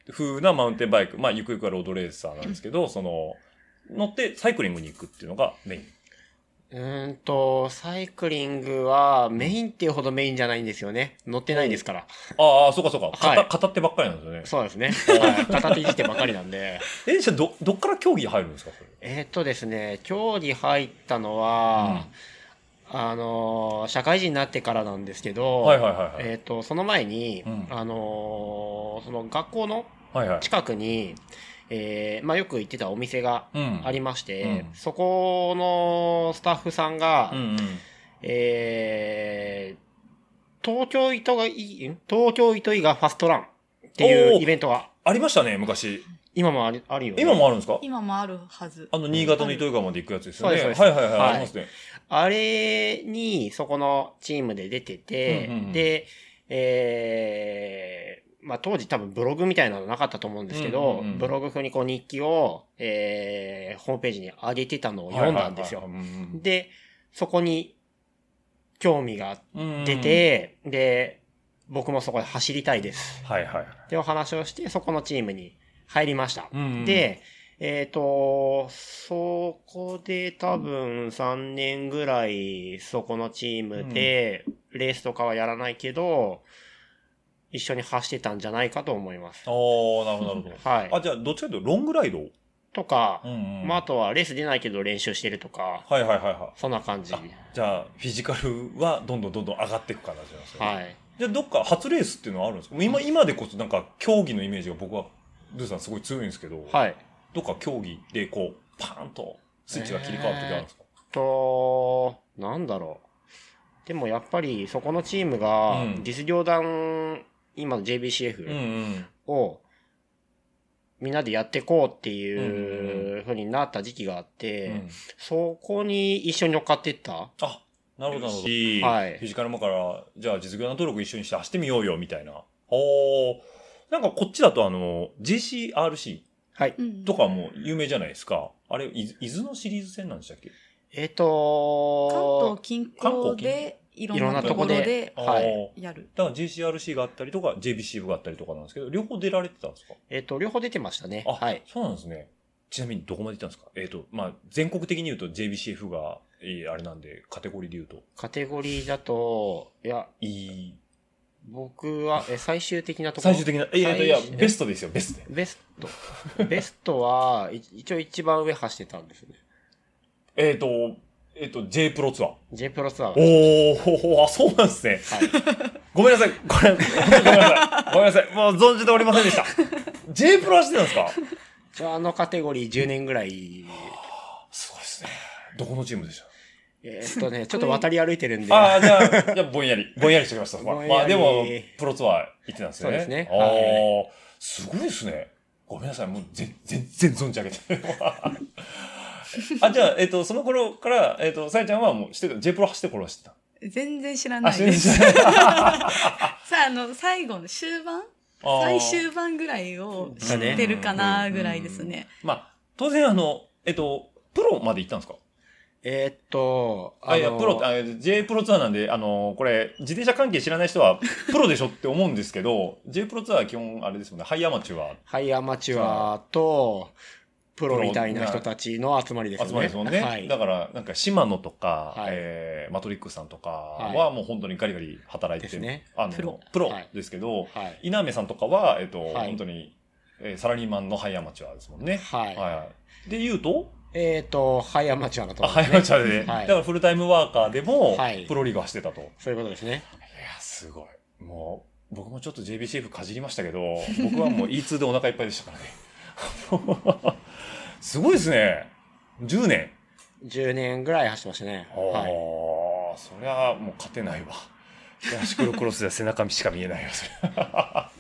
ー風なマウンテンバイク、まあ、ゆくゆくはロードレーサーなんですけど、その、乗ってサイクリングに行くっていうのがメイン。うーんと、サイクリングはメインっていうほどメインじゃないんですよね。乗ってないですから。ああ、そうかそうか。はい語語ってばっかりなんですよね。そうで すね。はい片手いじってばかりなんで。え、じゃあ、ど、どっから競技入るんですか、それ。えーっとですね、競技入ったのは、あのー、社会人になってからなんですけど、はいはいはいはいえーっと、その前に、うんあのー、その学校のはいはい。近くに、えーまあよく行ってたお店がうんありまして、うんそこのスタッフさんが、うんうん。えー東京糸がいい、ん東京糸井がファストランっていおーうイベントが、ありましたね、昔。今もあるあるよ、ね。今もあるんですか今もあるはず。あの、新潟の糸魚川まで行くやつですよね。そうですはそういですはいはい、はいありますね。あれに、そこのチームで出てて、うんうんうんで、えーまあ当時多分ブログみたいなのなかったと思うんですけど、うんうんうんブログ風にこう日記を、えーホームページに上げてたのを読んだんですよ。はいはいはいはいうんで、そこに興味がうん出、て、で、僕もそこで走りたいです。はいはい。ってお話をして、そこのチームに入りました。うん、で、えっ、と、そこで多分3年ぐらい、そこのチームで、レースとかはやらないけど、一緒に走ってたんじゃないかと思います。おー、なるほど、なるほはいど。あ、。じゃあ、どっちかというと、ロングライドとか、んまあ、あとはレース出ないけど練習してるとか、はいはいはいはそんな感じ。あははい。じゃあ、フィジカルはどんどんどんどん上がっていく形なんですよね。い。じゃあ、どっか初レースっていうのはあるんですかもう今、今でこそなんか、競技のイメージが僕は、ルーさんすごい強いんですけど、はい。どっか競技でこう、パーンとスイッチが切り替わる時あるんですか、と、なんだろう。でもやっぱりそこのチームがうん実業団、今の JBCF、うんうん。をみんなでやっていこうっていう風になった時期があって、うんそこに一緒に乗っかっていったあ、なるほど、なるほど。しはいフィジカルもから、じゃあ実業団登録一緒にして走ってみようよ、みたいな。おー。なんかこっちだとあの、GCRC はい。うんとかも有名じゃないですか。あれ、い伊豆のシリーズ戦なんでしたっけえ関っ、東と近関東近郊郊でいろんなところいろんなとこではあいーやる。だから GCRC があったりとか、JBC 部があったりとかなんですけど、両方出られてたんですかえっ、と、両方出てましたね。あ、はい。そうなんですね。ちなみにどこまで行ったんですかえっ、と、まあ、全国的に言うと JBCF が、えーあれなんで、カテゴリーで言うと、カテゴリーだと、いや、いい、僕は、え、最終的なところ。最終的な、えーえーと、いや最、終ベストですよ、ベスト。ベスト。ベストは、い一応一番上走ってたんですね。えっ、と、えっ、と、J プロツアー。 J プロツアーが。おー、あ、そうなんですね。はい。ごめんなさい。これ、ごめんな さい。ごめんなさい。もう存じておりません でした。J プロ走ってたんですか一応あのカテゴリー10年ぐらい、すごいですね。どこのチームでしたえっとね、ちょっと渡り歩いてるんで、ああ、じゃ あ、じゃあぼんやり、ぼんやりしてきました。まあ、ぼんやりまあでも、プロツアー行ってたんですよね。そうですねああ、はすごいですね。ごめんなさい、もう全全全然存じ上げてないわあ、じゃあ、えっ、と、その頃から、えっ、と、さえちゃんはもうしてた、J プロ走って頃はしてた。全然知らあ、ない知らでないす。知 らないさあ、あの、最後の終盤あー最終盤ぐらいを知ってるかなぐらいですね。まあ、当然、あの、えっ、と、プロまで行ったんですかえっと、あ、いや、のプロって、あ J プロツアーなんで、あの、これ、自転車関係知らない人は、プロでしょって思うんですけど、J プロツアーは基本、あれですもんね、ハイアマチュアハイアマチュアと、プロみたいな人たちの集まりですよね。集まりですもんね。はい。だから、なんか、島野とか、はいえーマトリックスさんとかははもう本当にガリガリ働いでてする、ねあのププロロはいですけど、はい。稲目さんとかは、えっ、と、はい本当に、えーサラリーマンのハイアマチュアですもんね。はい。い。で、言うと、えっと、ハイアマチュアのとあころハでイすアねマチュアで、はいだからフルタイムワーカーでも、はいプロリーグ走ってたと。いや、そういうことですね。すごい。もう、僕もちょっと JBCF かじりましたけど、僕はもう E2 でお腹いっぱいでしたからね。 すごいですね。10年。 10年ぐらい走ってましたね。はい。おーそりゃもう勝てないわ。いやシクロクロスでは背中しか見えないわ、それ。 あ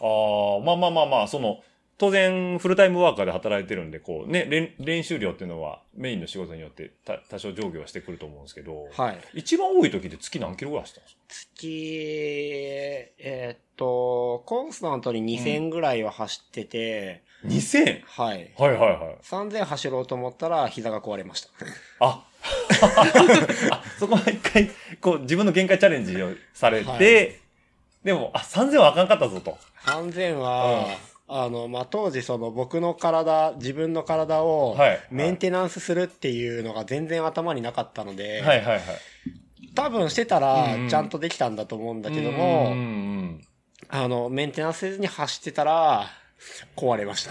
ーまあまあまあまあ、その、当然フルタイムワーカーで働いてるんで、こうね、練練習量っていうのはメインの仕事によってた多少上下はしてくると思うんですけど、はい。一番多い時で月何キロぐらい走ったんですか月、えっと、コンスタントに2000ぐらいは走ってて、 ?2000! はい。はいはいはい。 3000走ろうと思ったら膝が壊れました。あ あそこは一回、こう自分の限界チャレンジをされて、はいでも、あ、3000はあかんかったぞと。 3000は、あの、まあ、当時その僕の体、自分の体をはいメンテナンスするっていうのが全然頭になかったので、はいはいはい。多分してたうんうんらちゃんとできたんだと思うんだけどうんうんうも、んあの、メンテナンスせずに走ってたら壊れまし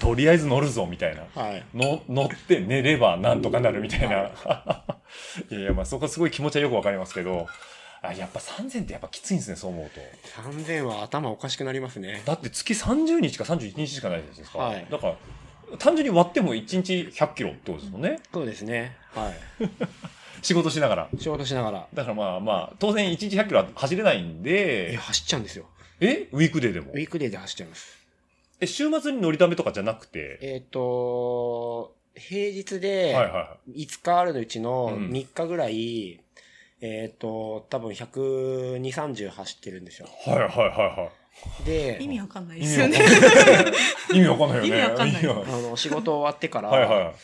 とりあえず乗るぞみたいな。た。はい。の乗って寝ればなんとかなる みたいな。いやいや、まあそこすごい気持ちはよくわかりますけど、あやっぱ3000ってやっぱきついんですね、そう思うと。 3000は頭おかしくなりますね。だって月30日か31日しかないじゃないですか。はいだから、単純に割っても1日100キロってことですもんね。そうですね。はい。仕事しながら。仕事しながら。だからまあまあ、当然1日100キロは走れないんえ、で、走っちゃうんですよ。えウィークデーでもウ。ィークデーで走っちゃいます。え、週末に乗りためとかじゃなくて、えっ、と、平日はで、いはいは5日あるうちのうん3日ぐらい、えっ、と、多分120、30走ってるんですよ。い。はいはいはいはい。で、意味わかんないで意す味よわかんねな。い。意味わかんないよ ね。意味わかんない意味わあの、仕事終わってから、はいはい。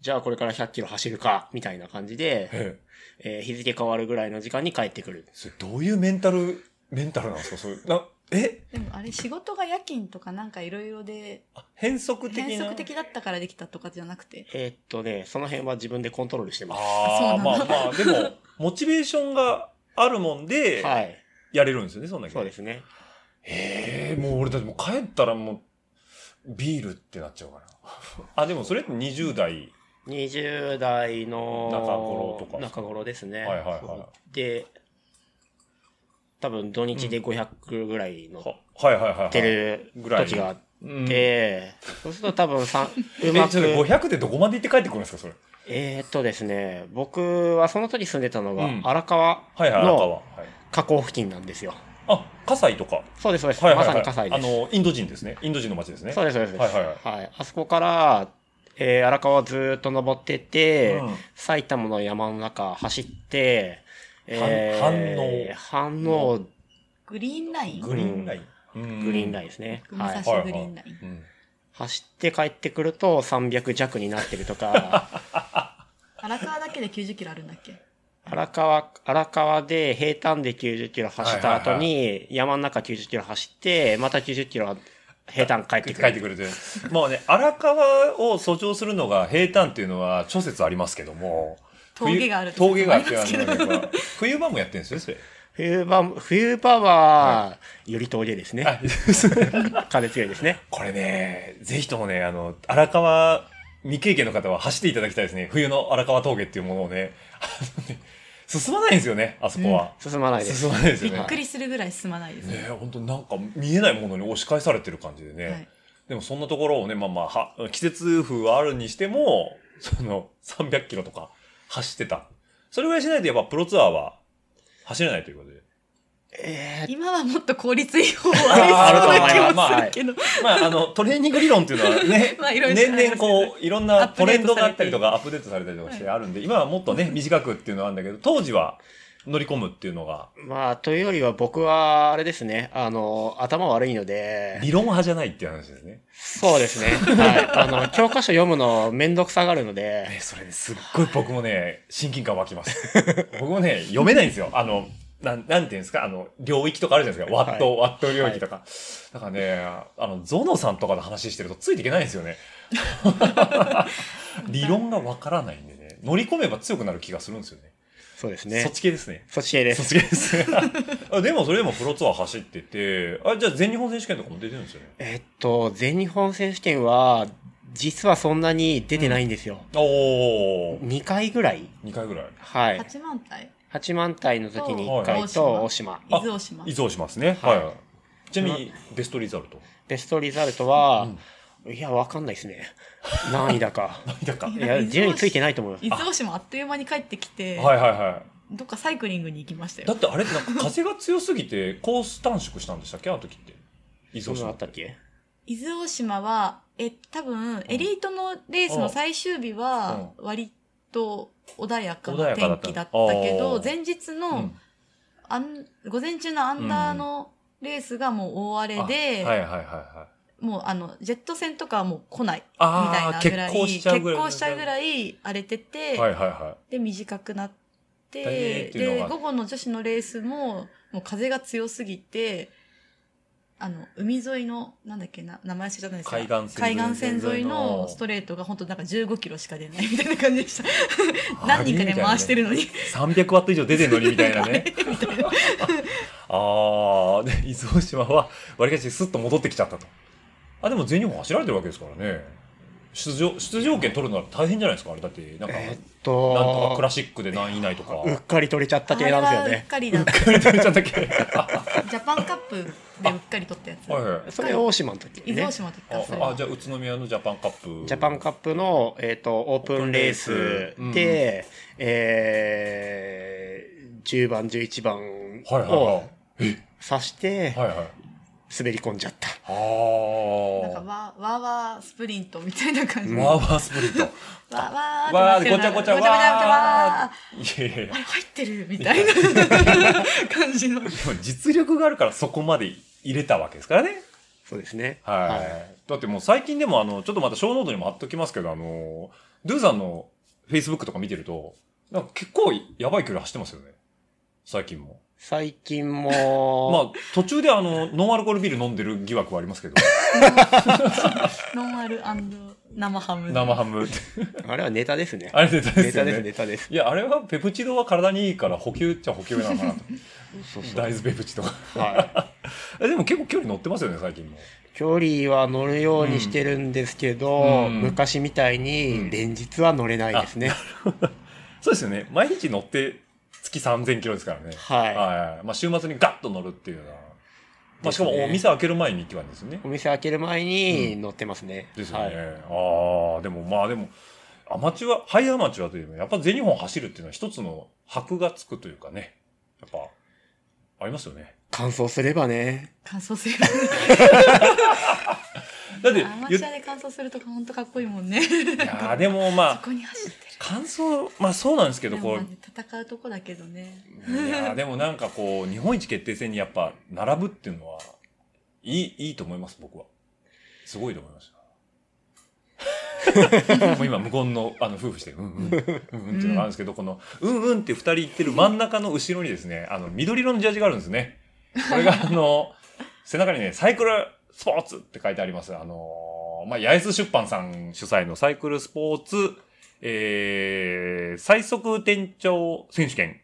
じゃあこれから100キロ走るか、みたいな感じで、えええー日付変わるぐらいの時間に帰ってくる。それどういうメンタル、メンタルなんですかそれなえでもあれ仕事が夜勤とかなんかいろいろであ変則的な。変則的だったからできたとかじゃなくて。えーっとね、その辺は自分でコントロールしてます。ああ、そうまなあんまだあ、でも、モチベーションがあるもんで、はい。やれるんですよね、そんだけ。そうですね。へえ、もう俺たちもう帰ったらもう、ビールってなっちゃうかな。あ、でもそれって20代。 20代の中頃とか中頃ですね。はいはいはで、多分土日で500ぐらい乗っい。はいはいはい、はい。てるぐらい時があってうん。え、で、そうすると多分さ、うちょ まっとく、 500でどこまで行って帰ってくるんですか、それ。えー、っとですね、僕はその時住んでたのがうん荒川はいはい、荒川。のはい、河口付近なんですよ。あ、葛西とか。そうです、そうです。はいはまい、さはい。に葛西あです。の、インド人ですね。インド人の町ですね。そうです、そうです。はいはいははい。あそこから、えー荒川をずーっと登ってって、うん埼玉の山の中走って、反応。反応、グリーンライングリーンライン。うんグリーンラインですね。武はい。は蔵いグリーンライン。うん走って帰ってくると300弱になってるとか、荒川だけで90キロあるんだっけ荒川、荒川で平坦で90キロ走った後に、山の中90キロ走って、また90キロ平坦帰ってく書いてる。くれて。もうね、荒川を遡上するのが平坦っていうのは諸説ありますけども。冬峠があるとこ峠があって、もあありますけどの やっぱ冬場もやってるんですよね、それ。冬場も、冬場は、より峠ですね。風強いですね。これね、ぜひともね、あの、荒川、未経験の方は走っていただきたいですね。冬の荒川峠っていうものをね、あのね進まないんですよね、あそこは。進まないです進。まないですびよね。っくりするぐらい進まないですねね。え、本当なんか見えないものに押し返されてる感じでね。はいでもそんなところをね、まあまあ、は季節風はあるにしても、 その300キロとか走ってた。それぐらいしないとやっぱプロツアーは走れないということで。えー今はもっと効率いい方法ありそうな気もするけど。、まあ、あの、トレーニング理論っていうのはね まあいろいろ年々ありまこう、いろんなトレンドがあったりとか、アアップデートされたりとかしてあるんで、今はもっとね、短くっていうのはあるんだけど、当時は乗り込むっていうのが、まあ、というよりは僕は、あれですね、あの、頭悪いので、理論派じゃないっていう話ですね。そうですね。 はい。あの、教科書読むのめんどくさがるので、ね、それですっごい僕もね、親近感湧きます。 僕もね、読めないんですよ。あの、なん、なんていうんですか、あの、領域とかあるじゃないですか。ワット、ワット領域とか。だからね、あの、ゾノさんとかの話してるとついていけないんですよね。 理論がわからないんでね、乗り込めば強くなる気がするんですよね。そうですねそっ。ち系ですね。そっち系でそっす。ち系です。あでもそれでもプロツアー走ってて、あ、じゃあ全日本選手権とかも出てるんですよね。えっと、全日本選手権は、実はそんなに出てないんですよ。おー、 2回ぐらい2回ぐらい。はい。八万体八万体の時に1は回いと、大島。伊豆大島。依存しますね。はいはい。ちなみに、ベストリザルト。ベストリザルトは、いや、わかんないですね。何位だ か。だか。はいいいやや、順位ついてないと思います伊。豆大島あっという間に帰ってきて、はいはどっかサイクリングに行きましたい。だよっ。てあれってなんか風が強すぎてコース短縮したんでしたっけあの時って。伊そ豆大島うなあったっけ伊豆大島は、え、多分、エリートのレースの最終日は、割と穏やかな天気だったけ穏やかだどっ、た前日うのん、あん、午前中のアンダーのレースがもう大荒れで、あはいはいはいはい。もうあの、ジェット船とかはもう来ないみたいあなーぐらい、欠航しちゃうぐらい欠航しちゃうぐらい荒れてて、はいはいはで、短くなって、えーっていうので、が午後の女子のレースも、もう風が強すぎて、あの、海沿いの、なんだっけな、名前知らないです海岸線沿い海の岸線沿いのストレートが本当なんか15キロしか出ないみたいな感じでした。 何人かで回してるのに。い。300ワット以上出てるのにみたいな ね。ああ、で、伊豆大島は割りかしスッと戻ってきちゃったと。あ、でも全日本走られてるわけですからね。出場、出場権取るのは大変じゃないですかあれだって、なんか、えーっなんとかクラと、シックで何位以内とか。うっかり取れちゃったあ系れなんですよはうっね。かりだった。取れちゃったっ けジャパンカップでうっかり取ったやつ。はいはい。それ大島の時伊に豆ね大。島の時か、それあはあ、じゃあ宇都宮のジャパンカップ。ジャパンカップの、えっとオープンレースオープンレースで、えー、10番、11番はいはいはを刺してい。はいはい。滑り込んじゃった。なんかあわーわーわースプリントみたいな感じ。あ。わワーワース プリント。ーわーわっーてでなごってちゃごちゃるごちゃごちゃごちゃわわーー。いやいやいやあ。れ入ってるみたいな感じの。でも実力があるからそこまで入れたわけですからね。そうですね。はい。だってもう最近でもあの、ちょっとまた小ノートにも貼っときますけど、あの、ドゥさんの Facebook とか見てると、なんか結構やばい距離走ってますよね。最近も。最近も、まあ、途中であの、ノンアルコールビール飲んでる疑惑はありますけ ど、ノンアル生ハム。生ハム。あ、れはネタですね。あれネタでネすタよです、ねネ。タです。いや、あれはペプチドは体にいいから補給っちゃ補給なのかなと。大豆ペプチドが。はえ でも結構距離乗ってますよね、最近も。い。 距離は乗るようにしてるんですけど、うん昔みたいに連日は乗れないですね。そうですよね。毎日乗って月3000キロですからね。はいはい。まあ週末にガッと乗るっていうような。まあでしすかねもお店開ける前にって感じですよねお。店開ける前に乗ってますね。ですよはね。い。ああ、でもまあでも、アマチュア、ハイアマチュアといえば、やっぱ全日本走るっていうのは一つの箔がつくというかね、やっぱ、ありますよね。乾燥すればね。乾燥する。だってア、マチ言っュアで乾燥するとか本当かっこいいもんね。いやーでもまそあ、こに走ってる。感想、まあそうなんですけど、でもこまあうね、戦うとこだけどね。いやーでもなんかこう、日本一決定戦にやっぱ並ぶっていうのは、いい、いいと思います、僕は。すごいと思い ました。もう今、無言の、あの、夫婦して、うんうん、うんうんっていうのがあるんですけど、この、うんうんって二人言ってる真ん中の後ろにですね、あの、緑色のジャージがあるんですね。これが、あの、背中にね、サイクルスポーツって書いてあります。あのーまあ、八重洲出版さん主催のサイクルスポーツ、えー、最速転調選手権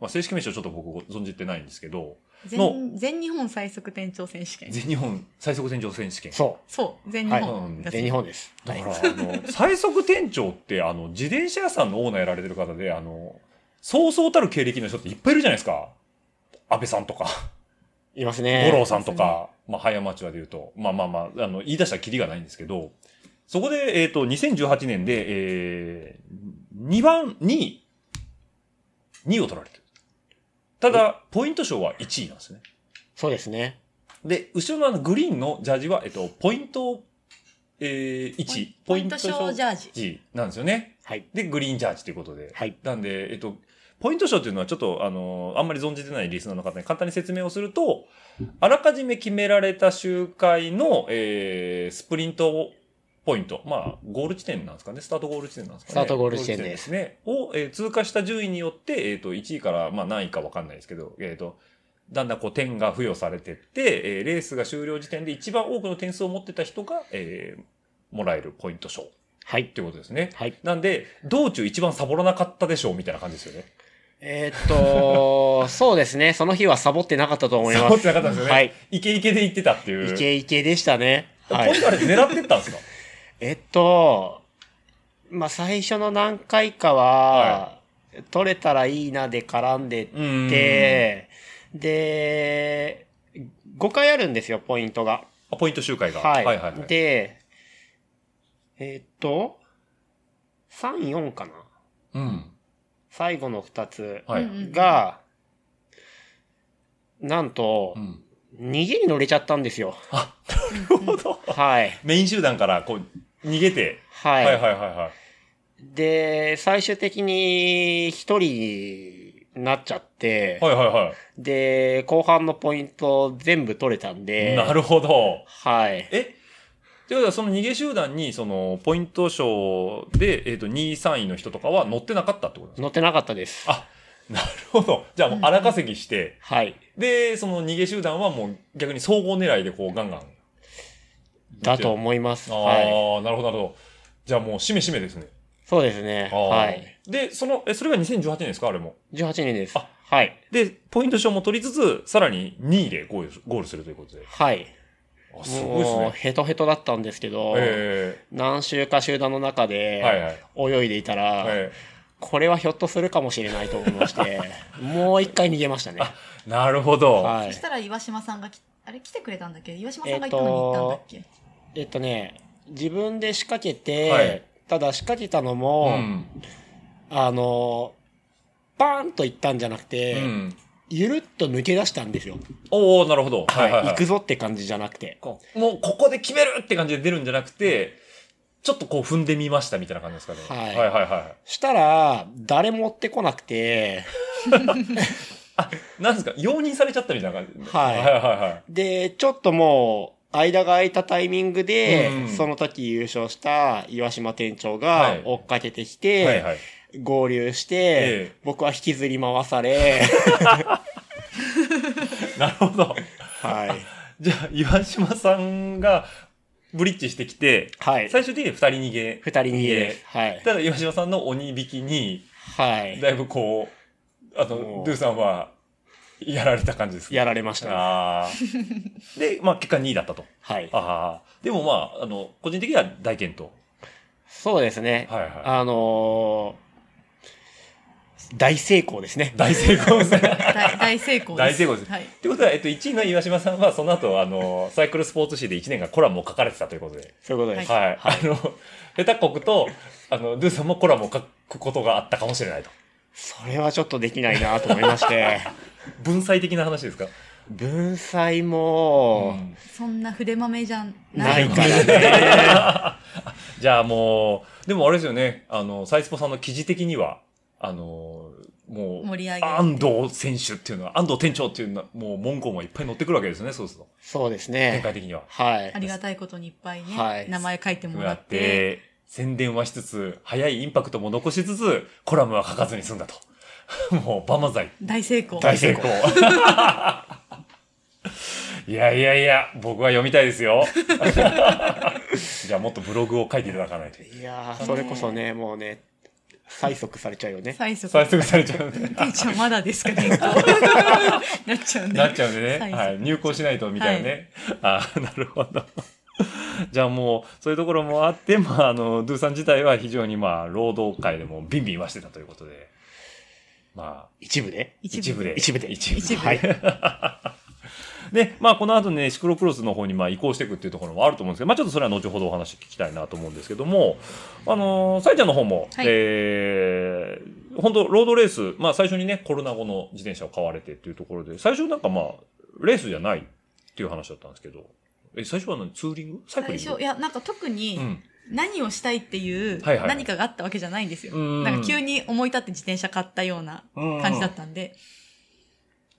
まあ、正式名称ちょっと僕ご存じてないんですけど、全全日本最速店長選手権。全日本最速店長選手権。そそう、全日はいうん本。う。全日本です。だはから、。あいの、最速店長って、あの、自転車屋さんのオーナーやられてる方で、あの、そうそうたる経歴の人っていっぱいいるじゃないですか。安倍さんとか、います五郎ね。さんとか、まあ、ハイアマチュアで言うと、まあまあまあ、あの、言い出したらキリがないんですけど、そこで、えっ、と、2018年で、えー、2番、2位、2位を取られてる。ただ、ポイント賞は1位なんですね。そうですね。で、後ろのあのグリーンのジャージは、えっと、ポイント、えー、1、ポイント賞ジャャージ。ージなんですよね。はい。で、グリーンジャージということで。はい。なんで、えっと、ポイント賞っていうのはちょっと、あの、あんまり存じてないリスナーの方に簡単に説明をすると、あらかじめ決められた周回の、えー、スプリントポイント。まあ、ゴール地点なんですかね。スタートゴール地点なんですかね。スタートゴール地点ですゴール地点ですね。を、えー通過した順位によって、えっ、と、1位から、まあ、何位かわかんないですけど、えっ、と、だんだんこう点が付与されてって、えーレースが終了時点で一番多くの点数を持ってた人が、えーもらえるポイント賞っはい。ていうことですね。はい。なんで、道中一番サボらなかったでしょうみたいな感じですよね。えー っと、そうですね。その日はサボってなかったと思いサまボっす。てなかったんですよね。はい。イケイケで行ってたっていう。イケイケでしたね。はいポイン。トあれ狙ってったんですかえっと、まあ、最初の何回かは、取れたらいいなで絡んでって、で、5回あるんですよ、ポイントが。あポイント集会が。はい。はいはいはいで、えっと、3、4かなうん。最後の2つはい。うんうんが、なんとう、ん。逃げに乗れちゃったんですよ。なるほど。はい。メイン集団からこう、逃げて。は。はいいはいはいはい。で、最終的に一人になっちゃって、はいはいはで、後半のポイント全部取れたんい。で、なるほど。はい。えってことはその逃げ集団にそのポイント賞で、えー、と2位3位の人とかは乗ってなかったってことですか乗ってなかったです。あなるほどじゃあもう荒稼ぎして、はい。でその逃げ集団はもう逆に総合狙いでこうガンガンだと思います。ああ、はい。なるほどなるほどじゃあもうしめしめですねそうですね。あーはい。でそのえそれが2018年ですかあれも18人ですあ。はい。でポイント賞も取りつつさらに2位でゴールゴールするということではい。あすごいですもうねヘトヘトだったんですけど、え何周か集団の中えはいはい、で泳いでいたら、えこれはひょっとするかもしれないと思い まして、もう一回逃げましたね。えなるほど、はそいし。たら岩島さんがき、あれ来てくれたんだっけ岩島さんが行ったのに行ったんだっけえっとね、自分で仕掛けて、はいただ仕掛けたのうも、んあの、バーンといったんじゃなくて、うんゆるっと抜け出したんですよ。おおなるほど。はい。行くぞぞって感じじゃなくて。こうもうここで決めるって感じで出るんじゃなくて、ちょっとこう踏んでみましたみたいな感じですかね。はいはいはいはしたら、誰も追ってこなくて、い。なんですか容認されちゃったみたいな感じ。はいはいはいはい。で、ちょっともう、間が空いたタイミングで、うんその時優勝した岩島店長はがい追っかけてきはいて、はい。合流して、ええ僕は引きずり回さ れ、なるほど。はい。じゃあ、岩島さんがブリッジしてきて、はい。最終的に二人逃げ。二人逃げです。はい。ただ、岩島さんの鬼引きに、はい。だいぶこう、あもの、うドゥさんは、やられた感じですかやられましたね。あーで、まあ、結果2位だったと。はい。ああ。でもまあ、あの、個人的には大健闘。そうですね。はいはい。あのー大成功ですね。大成功ですね。大大成功です。大成功ですはい。ってことは、えっと、1位の岩島さんは、その後、あの、サイクルスポーツ誌で1年間コラムを書かれてたということで。そういうことです。はい。あの、下手国と、あの、ドゥさんもコラムを書くことがあったかもしれないと。それはちょっとできないなと思い まして、文才的な話ですか文才も、そんな筆豆じゃな。ないいからね。じゃあもう、でもあれですよね、あの、サイスポさんの記事的には、あの、もう、盛り上げ安藤選手っていうのは、安藤店長っていうのは、もう文句もいっぱい載ってくるわけですよね、そうすると。そうです展開ね。的には。はいあ。りがたいことにいっぱいね、はい名前書いてもらやっ、ってて、宣伝はしつつ、早いインパクトも残しつつ、コラムは書かずに済んだと。 もう、万々歳。大成功。大成功。いやいやいや、僕は読みたいですよ。じゃあもっとブログを書いていただかないと。いやー、それこそね、もうね、催促されちゃうよね。最速。最速されちゃうんで。店長まだですか ね。なっちゃうんで。なっちゃうんでね。催促はい。入校しないと、みたいなね。ああ、なるほど。じゃあもう、そういうところもあって、まあ、あの、ドゥさん自体は非常にまあ、労働界でもビンビンはしてたということで。まあ、一部で一部で。一部で一部一部はい。で、まあ、この後ね、シクロクロスの方にまあ移行していくっていうところもあると思うんですけど、まあ、ちょっとそれは後ほどお話聞きたいなと思うんですけども、あのー、さいちゃんの方も、はいえー本当ロードレース、まあ、最初にね、コロナ後の自転車を買われてっていうところで、最初なんかまあ、レースじゃないっていう話だったんですけど、え、最初は何ツーリングサイク最リング初、いや、なんか特にうん。何をしたいっていうはいはい何かがあったわけじゃないんですよ。うんなんか急に思い立って自転車買ったような感じだったんで。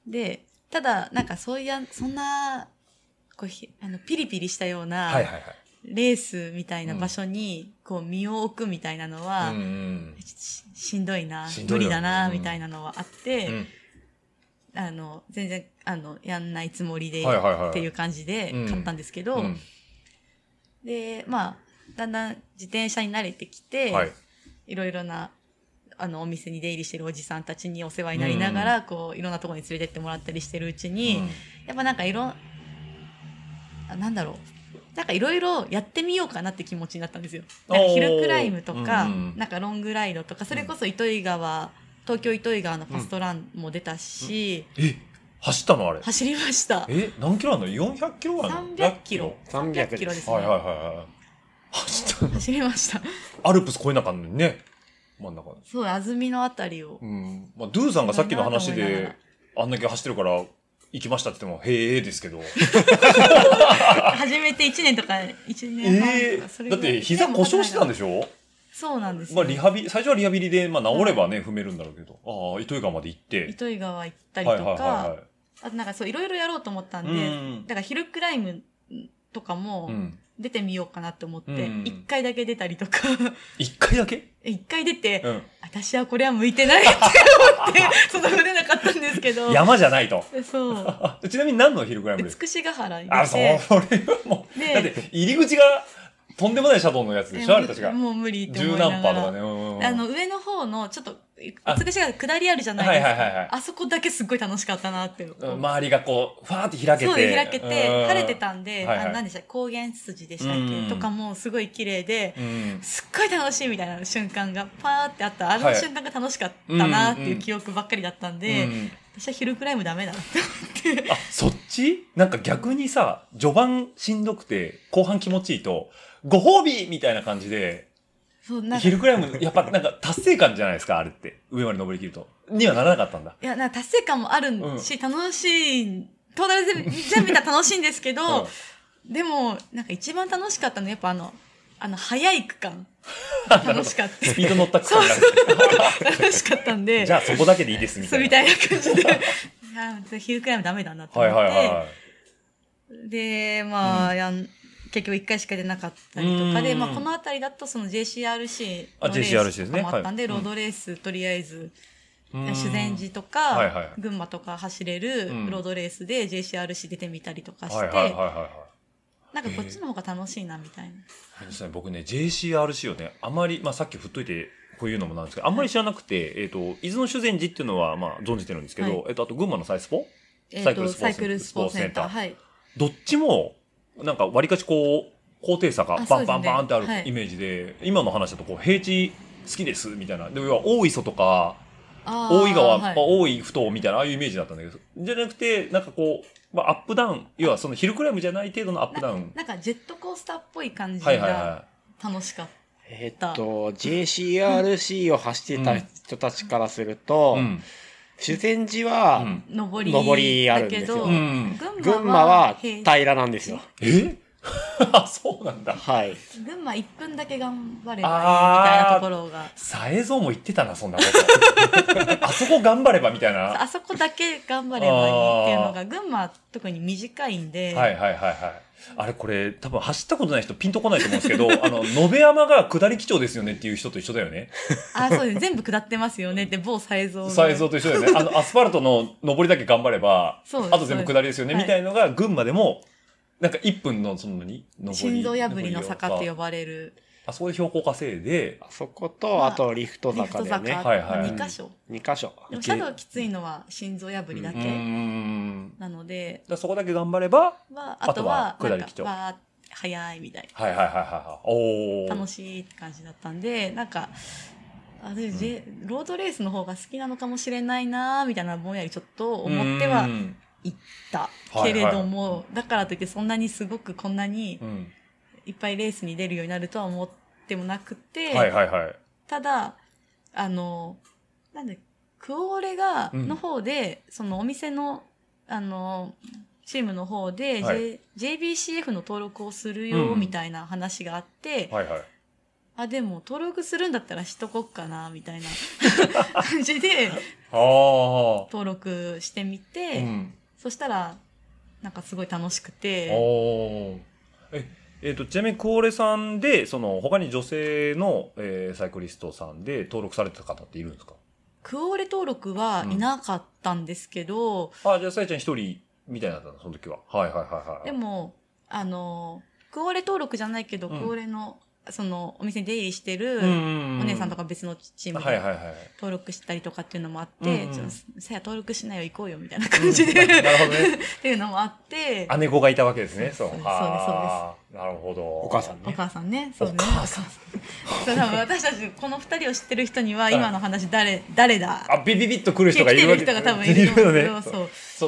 で、ただ、なんかそういや、そんな、こうひあのピリピリしたようなはいはいレースみたいな場所にこう身を置くみたいなのは、はい。うんちょっとししんどいなしんど無いよ理だな、うんみたいなのはあって、うん。あの全然あのやんないつもりで、はいはいはいっていう感じでうん買ったんですけど、うんでまあだんだん自転車に慣れてきて、はいい、ろいろなあのお店に出入りしてるおじさんたちにお世話になりながら、こういろんなところに連れてってもらったりしてるうちに、うんやっぱなんかいろんあなんだろうなんかいろいろやってみようかなって気持ちになったんですよ。なんかヒルクライムとか、おーうんうんなんかロングライドとか、それこそ糸魚川、東京糸魚川のファストランも出たし、え、走ったのあれ。走りました。え、何キロあるの ?400 キロあるの300キロ。。 300 300キロですね。はいはいはいはい。走ったの走りました。アルプス越えなあかんのにね。真ん中。そう、安曇のあたりをう。ん。まあ、ドゥさんがさっきの話で、あんだけ走ってるから、行きましたって言っても、へえですけど。初めて1年とか、1年え半えとか、それぐだらっいて膝故障してたんでししょそうなんですよ、まあ、リハビ、最初はリハビリで、まあ、治ればね、踏めるんだろうけど。ああ、糸魚川まで行って。糸魚川行ったはりとか、はあとなんかそう、いろいろやろうと思ったんで、うんだからヒルクライムとかもいはい。うん。出てみようかなと思って、うん1回だけ出たりとか、 一回だけ一回出て、うん。私はこれは向いてないって 思って、その出なかったんですけど。山じゃないと。そう。あちなみに何のヒルクライムですか美しが原に出て。あ、そう、それはもう。でだって、入り口が、とんでもないシャドウのやつでしょあれ確か。もう無理って思十いな何パーとかがら。ね。うんうんうんあの、上の方の、ちょっと、あ美しが下りあるじゃないですか。はいはいはいはいあそこだけすっごい楽しかったなって。うん周りがこう、ふわーって開けて。そうで開けて、うん晴れて。たんで、はいはいあの何でしたっけ高原筋でしたっうんけとかもすごい綺麗でう、ん。すっごい楽しいみたいな瞬間がパーってあった。あはのい瞬間が楽しかったなっていう記憶ばっかりだったんで、うん私はヒルクライムダメだなって思って。あ、そっちなんか逆にさ、序盤しんどくて、後半気持ちいいと、ご褒美みたいな感じで、 そう、なんかヒルクライム、やっぱなんか達成感じゃないですか、あれって。上まで登りきると。にはならなかったんだ。いや、なんか達成感もあるし、楽しい、トータルで全部見たら楽しいんですけ ど、でも、なんか一番楽しかったのはやっぱあの、あの、早い区間。楽しかうっん スピード乗ったくさんなるた。楽しかったんで、じゃあそこだけでいいですみそたういみな。たいな感じで、 いや、ヒルクライムダメだなとは思いって、はいはいはい。で、まあ、やん結局一回しか出なかったりとかで、うんまあ、この辺りだとその JCRC あのレース JCRC とかもあったんでで、すねはいロードレースとりあえず、うん修善寺とはいはいか、群馬とか走れるうんロードレースで JCRC 出てみたりとかしはいはいはいて、はいはい。なんかこっちの方が楽しいなみたいな。あれですね僕ね JCRC をねあまり、まあ、さっき振っといてこういうのもなんですけどあんまり知らなくて、えっと伊豆の修善寺っていうのは、まあ、存じてるんですけど、はいえっとあと群馬のサイスポえサっイクルと、スポーツサイクルスポーツセンター。スポはい。どっちもなんかわりかしこう高低差があバンバそうンですねバンってあるはいイメージで、今の話だとこう平地好きですみたいなで要は大磯とかあー大井川、はいまあ大井ふ頭みたいな、ああいうイメージだったんだけど、じゃなくて、なんかこう、まあ、アップダウン、要はそのヒルクライムじゃない程度のアップダウン。なんかジェットコースターっぽい感じはいはいはがい。楽しかっえっと、JCRC を走ってた人たちからすると、うん。修善寺うはん。た。上り上りあるんだでけすよど、うん。群馬は平平らなんですよ。えあ そうなんだ。はい。群馬1分だけ頑張ればいいみたいなところが。サエゾウも言ってたな、そんなこと。あ そこ頑張ればみたいな。はあそこだけ頑張ればいいっていうのが、群馬は特に短いんで、いはいはいはい。あれこれ多分走ったことない人ピンとこないと思うんですけど、あの、野辺山が下り基調ですよねっていう人と一緒だよね。あ、そうです。全部下ってますよねって、某サイゾー。サイゾウと一緒だよね。あの、アスファルトの上りだけ頑張れば、そうですあと全部下りですよね、はいみたいのが群馬でも、なんか1分のその何上り。心臓破りの坂って呼ぶ。ばれる、あそこで標高稼いで、あそこと、あとリフトリフ坂トで坂ね。はいはい2箇所。 2箇所。でも、シャドウきついのは心臓破りだうけーん。だかなので、らそこだけ頑張れば、まあ、ああととはは、下なんりか基調、わー、早いみたいはいはいはいはいはい。おー。な。楽しいって感じだったんで、なんか、あで、J- ロードレースの方が好きなのかもしれないなーみたいなぼんやりちょっと思ってうはん行ったはいはいけれども、だからといってそんなにすごくこんなにうん。いっぱいレースに出るようになるとは思ってもなくて、はいはいはい。ただあのなんでクオーレがうんの方で、そのお店のあのチームの方で、はい J、JBCF の登録をするうんうよんみたいな話があって、はいはい。あでも登録するんだったらしとこっかなみ たいな感じであ登録してみあ。うて、ん。そしたらなんかすごい楽しくおて。ー。え、えっ、と、ちなみに、コーレさんで、その、他に女性の、えーサイクリストさんで登録されてた方っているんですかクオーレ登録はいなかったんですけど、あ、じゃあ、さやちゃん一人みたいだったの、その時は。はいはいはいはい。で、も、あの、クオーレ登録じゃないけど、うんクオーレの、その、お店に出入りしてる、うん、お姉さんとか別のチームはいではいはい。登録したりとかっていうのもあっうて、んちょっとさや登録しないよ、行こうよ、みたいな感じで、 なるほどね。 っていうのもあって、姉子がいたわけですね。そう。そうですあーなるほど。おお母さんおね。母さんね、そうね。お母さんお母さんそう、多分私たち、この二人を知ってる人には、い今の話、誰、誰だあ、ビビビッと来る人がいるわけ来てる人が多分いると思うんでいすけどるよねそ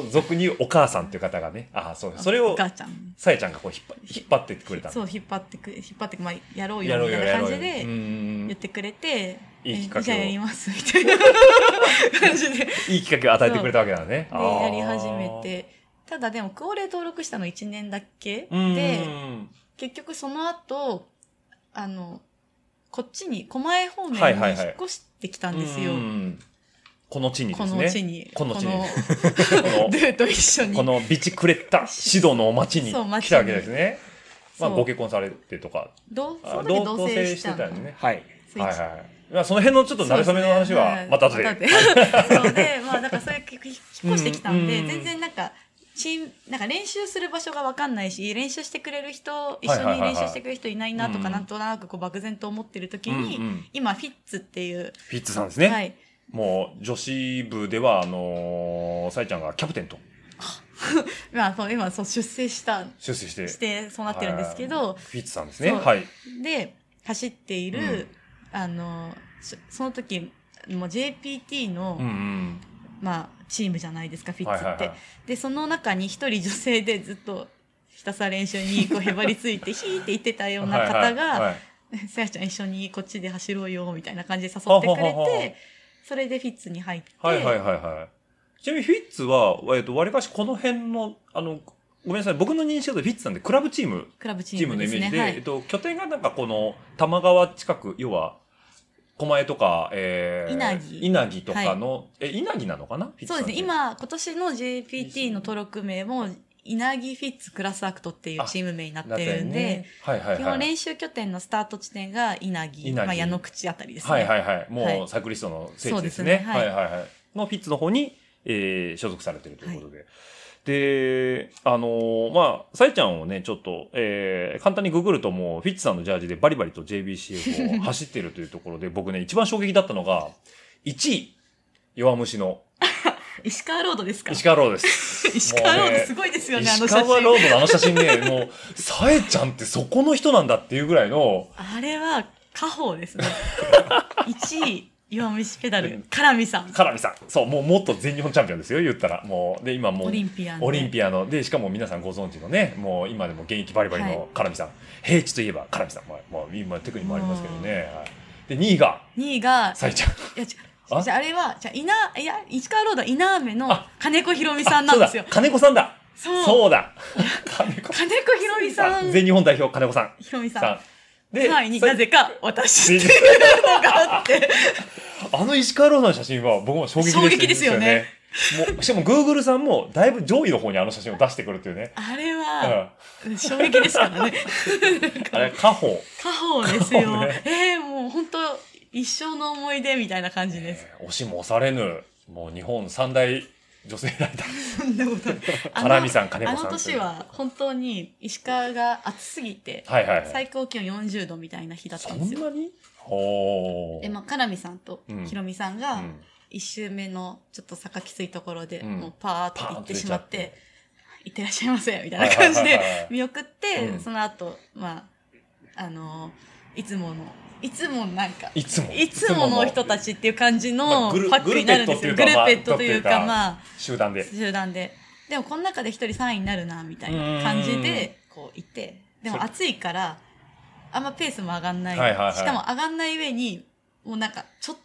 そう、俗に言うお母さんっていう方がね。あー、そう。それおを、母ちゃん。さやちゃんがこう引っ張引っ張ってってくれたのそう、引っ張ってく、引っ張ってく、まあ、やろうやよ、ろみうよたいなや感ろうじよ。でうんう、んうん言ってくれて、いいえきっかけをじゃあやりますみたいな 感じででいいきっかけを与えてくれたわけだね。あーやり始め。てただでもクオレ登録したの1年だけうんうんうんで結局その後あのこっちに狛江方面はいはいにはい引っ越してきたんですよ、うんうんこの地にでこすね。の地にこの地にここの ルート一緒の、にこのビチクレッタシドの町にそう町来たわけですね。まあ、そうご結婚されてとか。どうそあの時同棲してたん同だ棲んでね。はい。そうはいはい。まあ、その辺のちょっと慣れ初めの話は、また後で。そうすね はいまた後でそうで、まあ、だからそれ引っ越してきたんで、うんうん全然なんか、チーム、なんか練習する場所がわかんないし、練習してくれる人、一緒はいはいはいに練習してくれる人いないなとうか、んなんとなくこう漠然と思ってる時うんうにん、今、フィッツっていう、フィッツさんですね。はい。もう、女子部では、あのー、さえちゃんがキャプテンとまあ、そう今、そう、出世した、出世して。して、そうなってるんですけど、フィッツさんですね。そうはい。で、走っている、あの、そその時、もう JPT の、うんうん。まあ、チームじゃないですか、フィッはいツはっいはてい。。で、その中に一人女性でずっとひたすら練習にこうへばりついて、ヒーって言ってたようなはい方はいはが、いさやちゃん一緒にこっちで走ろうよ、みたいな感じで誘ってくははれははて、それでフィッツに入って、はいはいはいはい。ちなみにフィッツは、えっと、わりかしこの辺の、あの、ごめんなさい、僕の認識だとフィッツなんで、クラブチーム、クラブチチーームムのでイメーすジね。で、はえっい。と、拠点がなんかこの、玉川近く、要は、狛江とか、えー、稲城稲城とかの、え、稲城なのかなフィッツそうさんでっすてね。今、今年の JPT の登録名も、稲城フィッツクラスアクトっていうチーム名になってるんで、、だったよねはい基はい本はい。練習拠点のスタート地点が稲城、稲城まあ、矢野口あたりですね。はいはいはい。はもう、いサイクリストの聖そ地でうですすね。ねははいいはいはい。のフィッツの方に、えー所属されてるということで。で、あのーまあ、さえちゃんをね、ちょっと、えー簡単にググるともう、フィッツさんのジャージでバリバリと JBCF を走ってるというところ で、僕ね、一番衝撃だったのが、1位、弱虫の石川ロードですか石石川ロードで す。川ロもうねードすごいですよね、あの石写川ロ真。ードのあの写真ね、もう、さえちゃんってそこの人なんだっていうぐらいの、 あれは、家宝ですね。1位、弱虫ペダル、からみさん。カラミさん。そう、もうもっと全日本チャンピオンですよ、言ったら。もう、で、今もう、オリンピアンでオリンピアの、で、しかも皆さんご存知のね、もう今でも現役バリバリはのいカラミさん。平地といえばカラミさん。まあ、まあ、今テクニックもありますけどね。はいで、2位が、 2位が、サイちゃん。いや、違あう。じゃあ、あれは、じゃあ、いな、いや、市川ロードは稲雨のあ金子ひろみさんなんですよ あ。そうだ金子さんだ。そうそうだ。金子金子ひろみ さん、全日本代表、金子さん。ひろみささん。ん。で、 3位にさなぜか全私って日いうのがあ って。あの石川ロードの写真は僕も衝撃でした衝撃ですよね。もうしかも、グーグルさんも、だいぶ上位の方にあの写真を出してくるっていうね。あれうん、は、あ衝撃ですからね。れ、家宝。家宝ですよ。家宝ねえー、もう本当一生の思い出みたいな感じです。押しも押されぬ、もう日本三大女性ライダー。そんなこと ない。あのハラミさん、金子あさん。の年。は本当に石川が暑すぎて、はいはいはい。最高気温40度みたいな日だったそんですんなよ。にほで、まあ、かなみさんとうんひろみさんが、うん一周目のちょっと坂きついところで、うんもうパーってパーンと行ってしまっ出ちゃてっ、行ってらっしゃいませ、みたいな感じはいではいはいはい見送って、うんその後、まあ、あのーいつもの、いつもなんか、 いつも。いつもの人たちっていう感じまのあパグルックになるんですよ。グルペットというか、ままあ、集団で。集団で。でも、この中で一人3位になるな、みたいな感じで、こう、いて。そでも、れ暑いから、あんまペースも上がんない。はいはいはいしかも、上がんない上に、もうなんか、ちょ、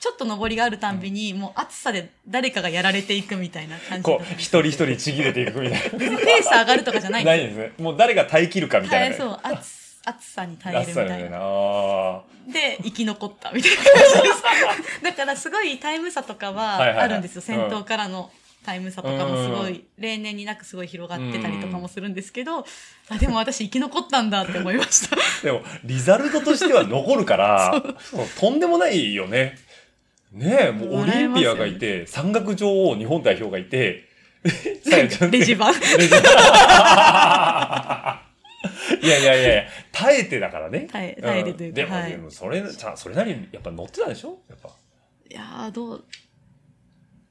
ちょっと上りがあるたんびに、もう暑さで誰かがやられていくみたいな感じだっこたんう、で一す。人一人ちぎれていくみたいな。別にペース上がるとかじゃないんなでいですね。もう誰が耐え切るかみす。た耐いなえね。そう、暑、暑さに耐えるあみそうただよいね。な。あで、生き残ったみたいな感じです。だからすごいタイム差とかははいはいはいあるんですよ。戦闘からのタイム差とかもすうごんうんうい、例年になくすごい広がってたりとかもするんですけど、あ、でも私生き残ったんだって思いました。ーでも、リザルトとしては残る から、そうとんでもないよね。ねえ、もうオリンピアがいて、山岳女王日本代表がいて、さやちゃんってレジ版。 レジいやいやいやいや、耐えてだからね。耐え耐えてというんかでも、はいでもそれ、ちゃんそれなりにやっぱ乗ってたでしょやっぱ。いやー、どう、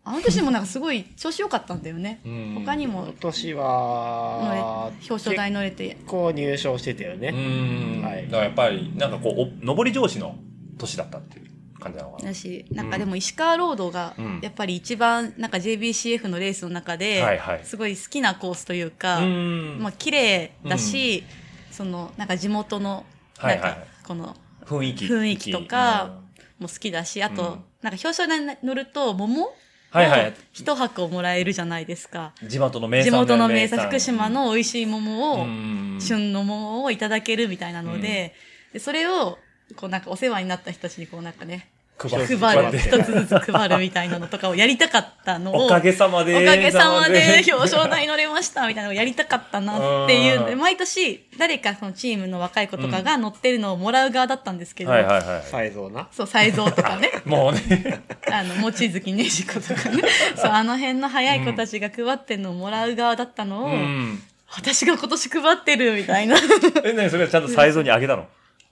あの年もなんかすごい調子良かったんだよね。うん他にこのも年乗はれ、表彰台乗れて、結構入賞してたようね。ん。はいだからやっぱり、なんかこう、お上り上司の年だったっていう感じなのかな。だし、なんかでも石川ロードがうん、やっぱり一番、なんか JBCF のレースの中はいで、はい。すごい好きなコースというか、うんまあ綺麗だし、そのなんか地元のはないんはいかこの雰囲気。雰囲気とかも好きだし、あと、うんなんか表彰台に乗ると桃をうん、はいはい。一箱もらえるじゃないですか。地元の名産地だよね元の名産、福島、の美味しい桃を、うん旬の桃をいただけるみたいなので、でそれを、こうなんかお世話になった人たちにこうなんかね、配る配配る、って一つずつ配るみたいなのとかをやりたかったのを、おかげさまで。おかげさまで表彰台乗れましたみたいなのをやりたかったなっていうのでうん毎年誰かそのチームの若い子とかが乗ってるのをもらう側だったんですけ ど、はいはいはサイズをな。そう、才蔵とかね、 い。もうね。あの、望月ねじ子とか ね、そう、あの辺の早い子たちが配ってるのをもらう側だったのを、うん。私が今年配ってるみ たいな。え、ねそれはちゃんとサイゾにあげたの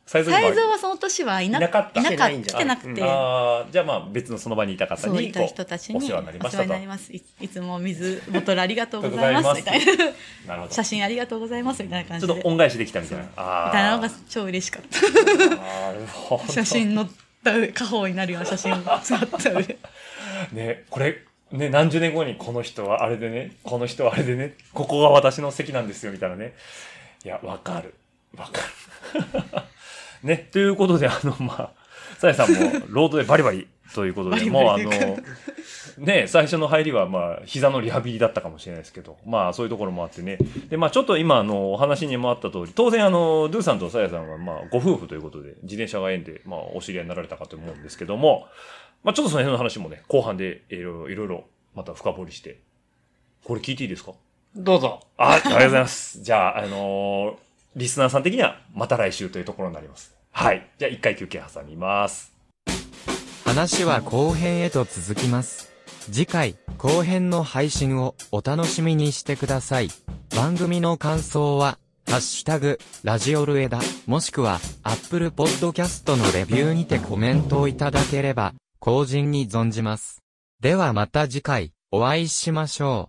サイゾにもあ才げた蔵はその年はいないなかったいなかっ来てないんじ来ゃないてなくて。ああ、じゃあまあ別のその場にいた方そうにいた人たちこにうお世話になりましたと。お世話になりなますいいつも水ボトルありがとうございますみたいなるほど。写真ありがとうございますみたいな感ちじょでっと恩返しできたみたいな。みたいなあのあが超嬉しかった。なるほど。写真の家宝になるような写真を使った上ね、これ、ね、何十年後にこの人はあれでね、この人はあれでね、ここが私の席なんですよ、みたいなね。いや、わかる。わかる。 ね、ということで、あの、まあ、さやさんもロードでバリバリということで、バリバリもとういあうか の、ね、最初の入りは、まあ、膝のリハビリだったかもしれないですけど、まあ、そういうところもあってね。で、まあ、ちょっと今、あの、お話にもあった通り、当然、あの、ドゥさんとさやさんは、まあ、ご夫婦ということで、自転車が縁で、まあ、お知り合いになられたかと思うんですけども、まあ、ちょっとその辺の話もね、後半で、いろいろ、いろいろ、また深掘りして、これ聞いていいですかどうぞ。あ、ありがとうございます。じゃあ、あのーリスナーさん的には、また来週というところになります。はい。じゃあ、一回休憩挟みます。話は後編へと続きます。次回、後編の配信をお楽しみにしてください。番組の感想は、ハッシュタグ、ラジオルエダ、もしくは、アップルポッドキャストのレビューにてコメントをいただければ、後人に存じます。ではまた次回、お会いしましょう。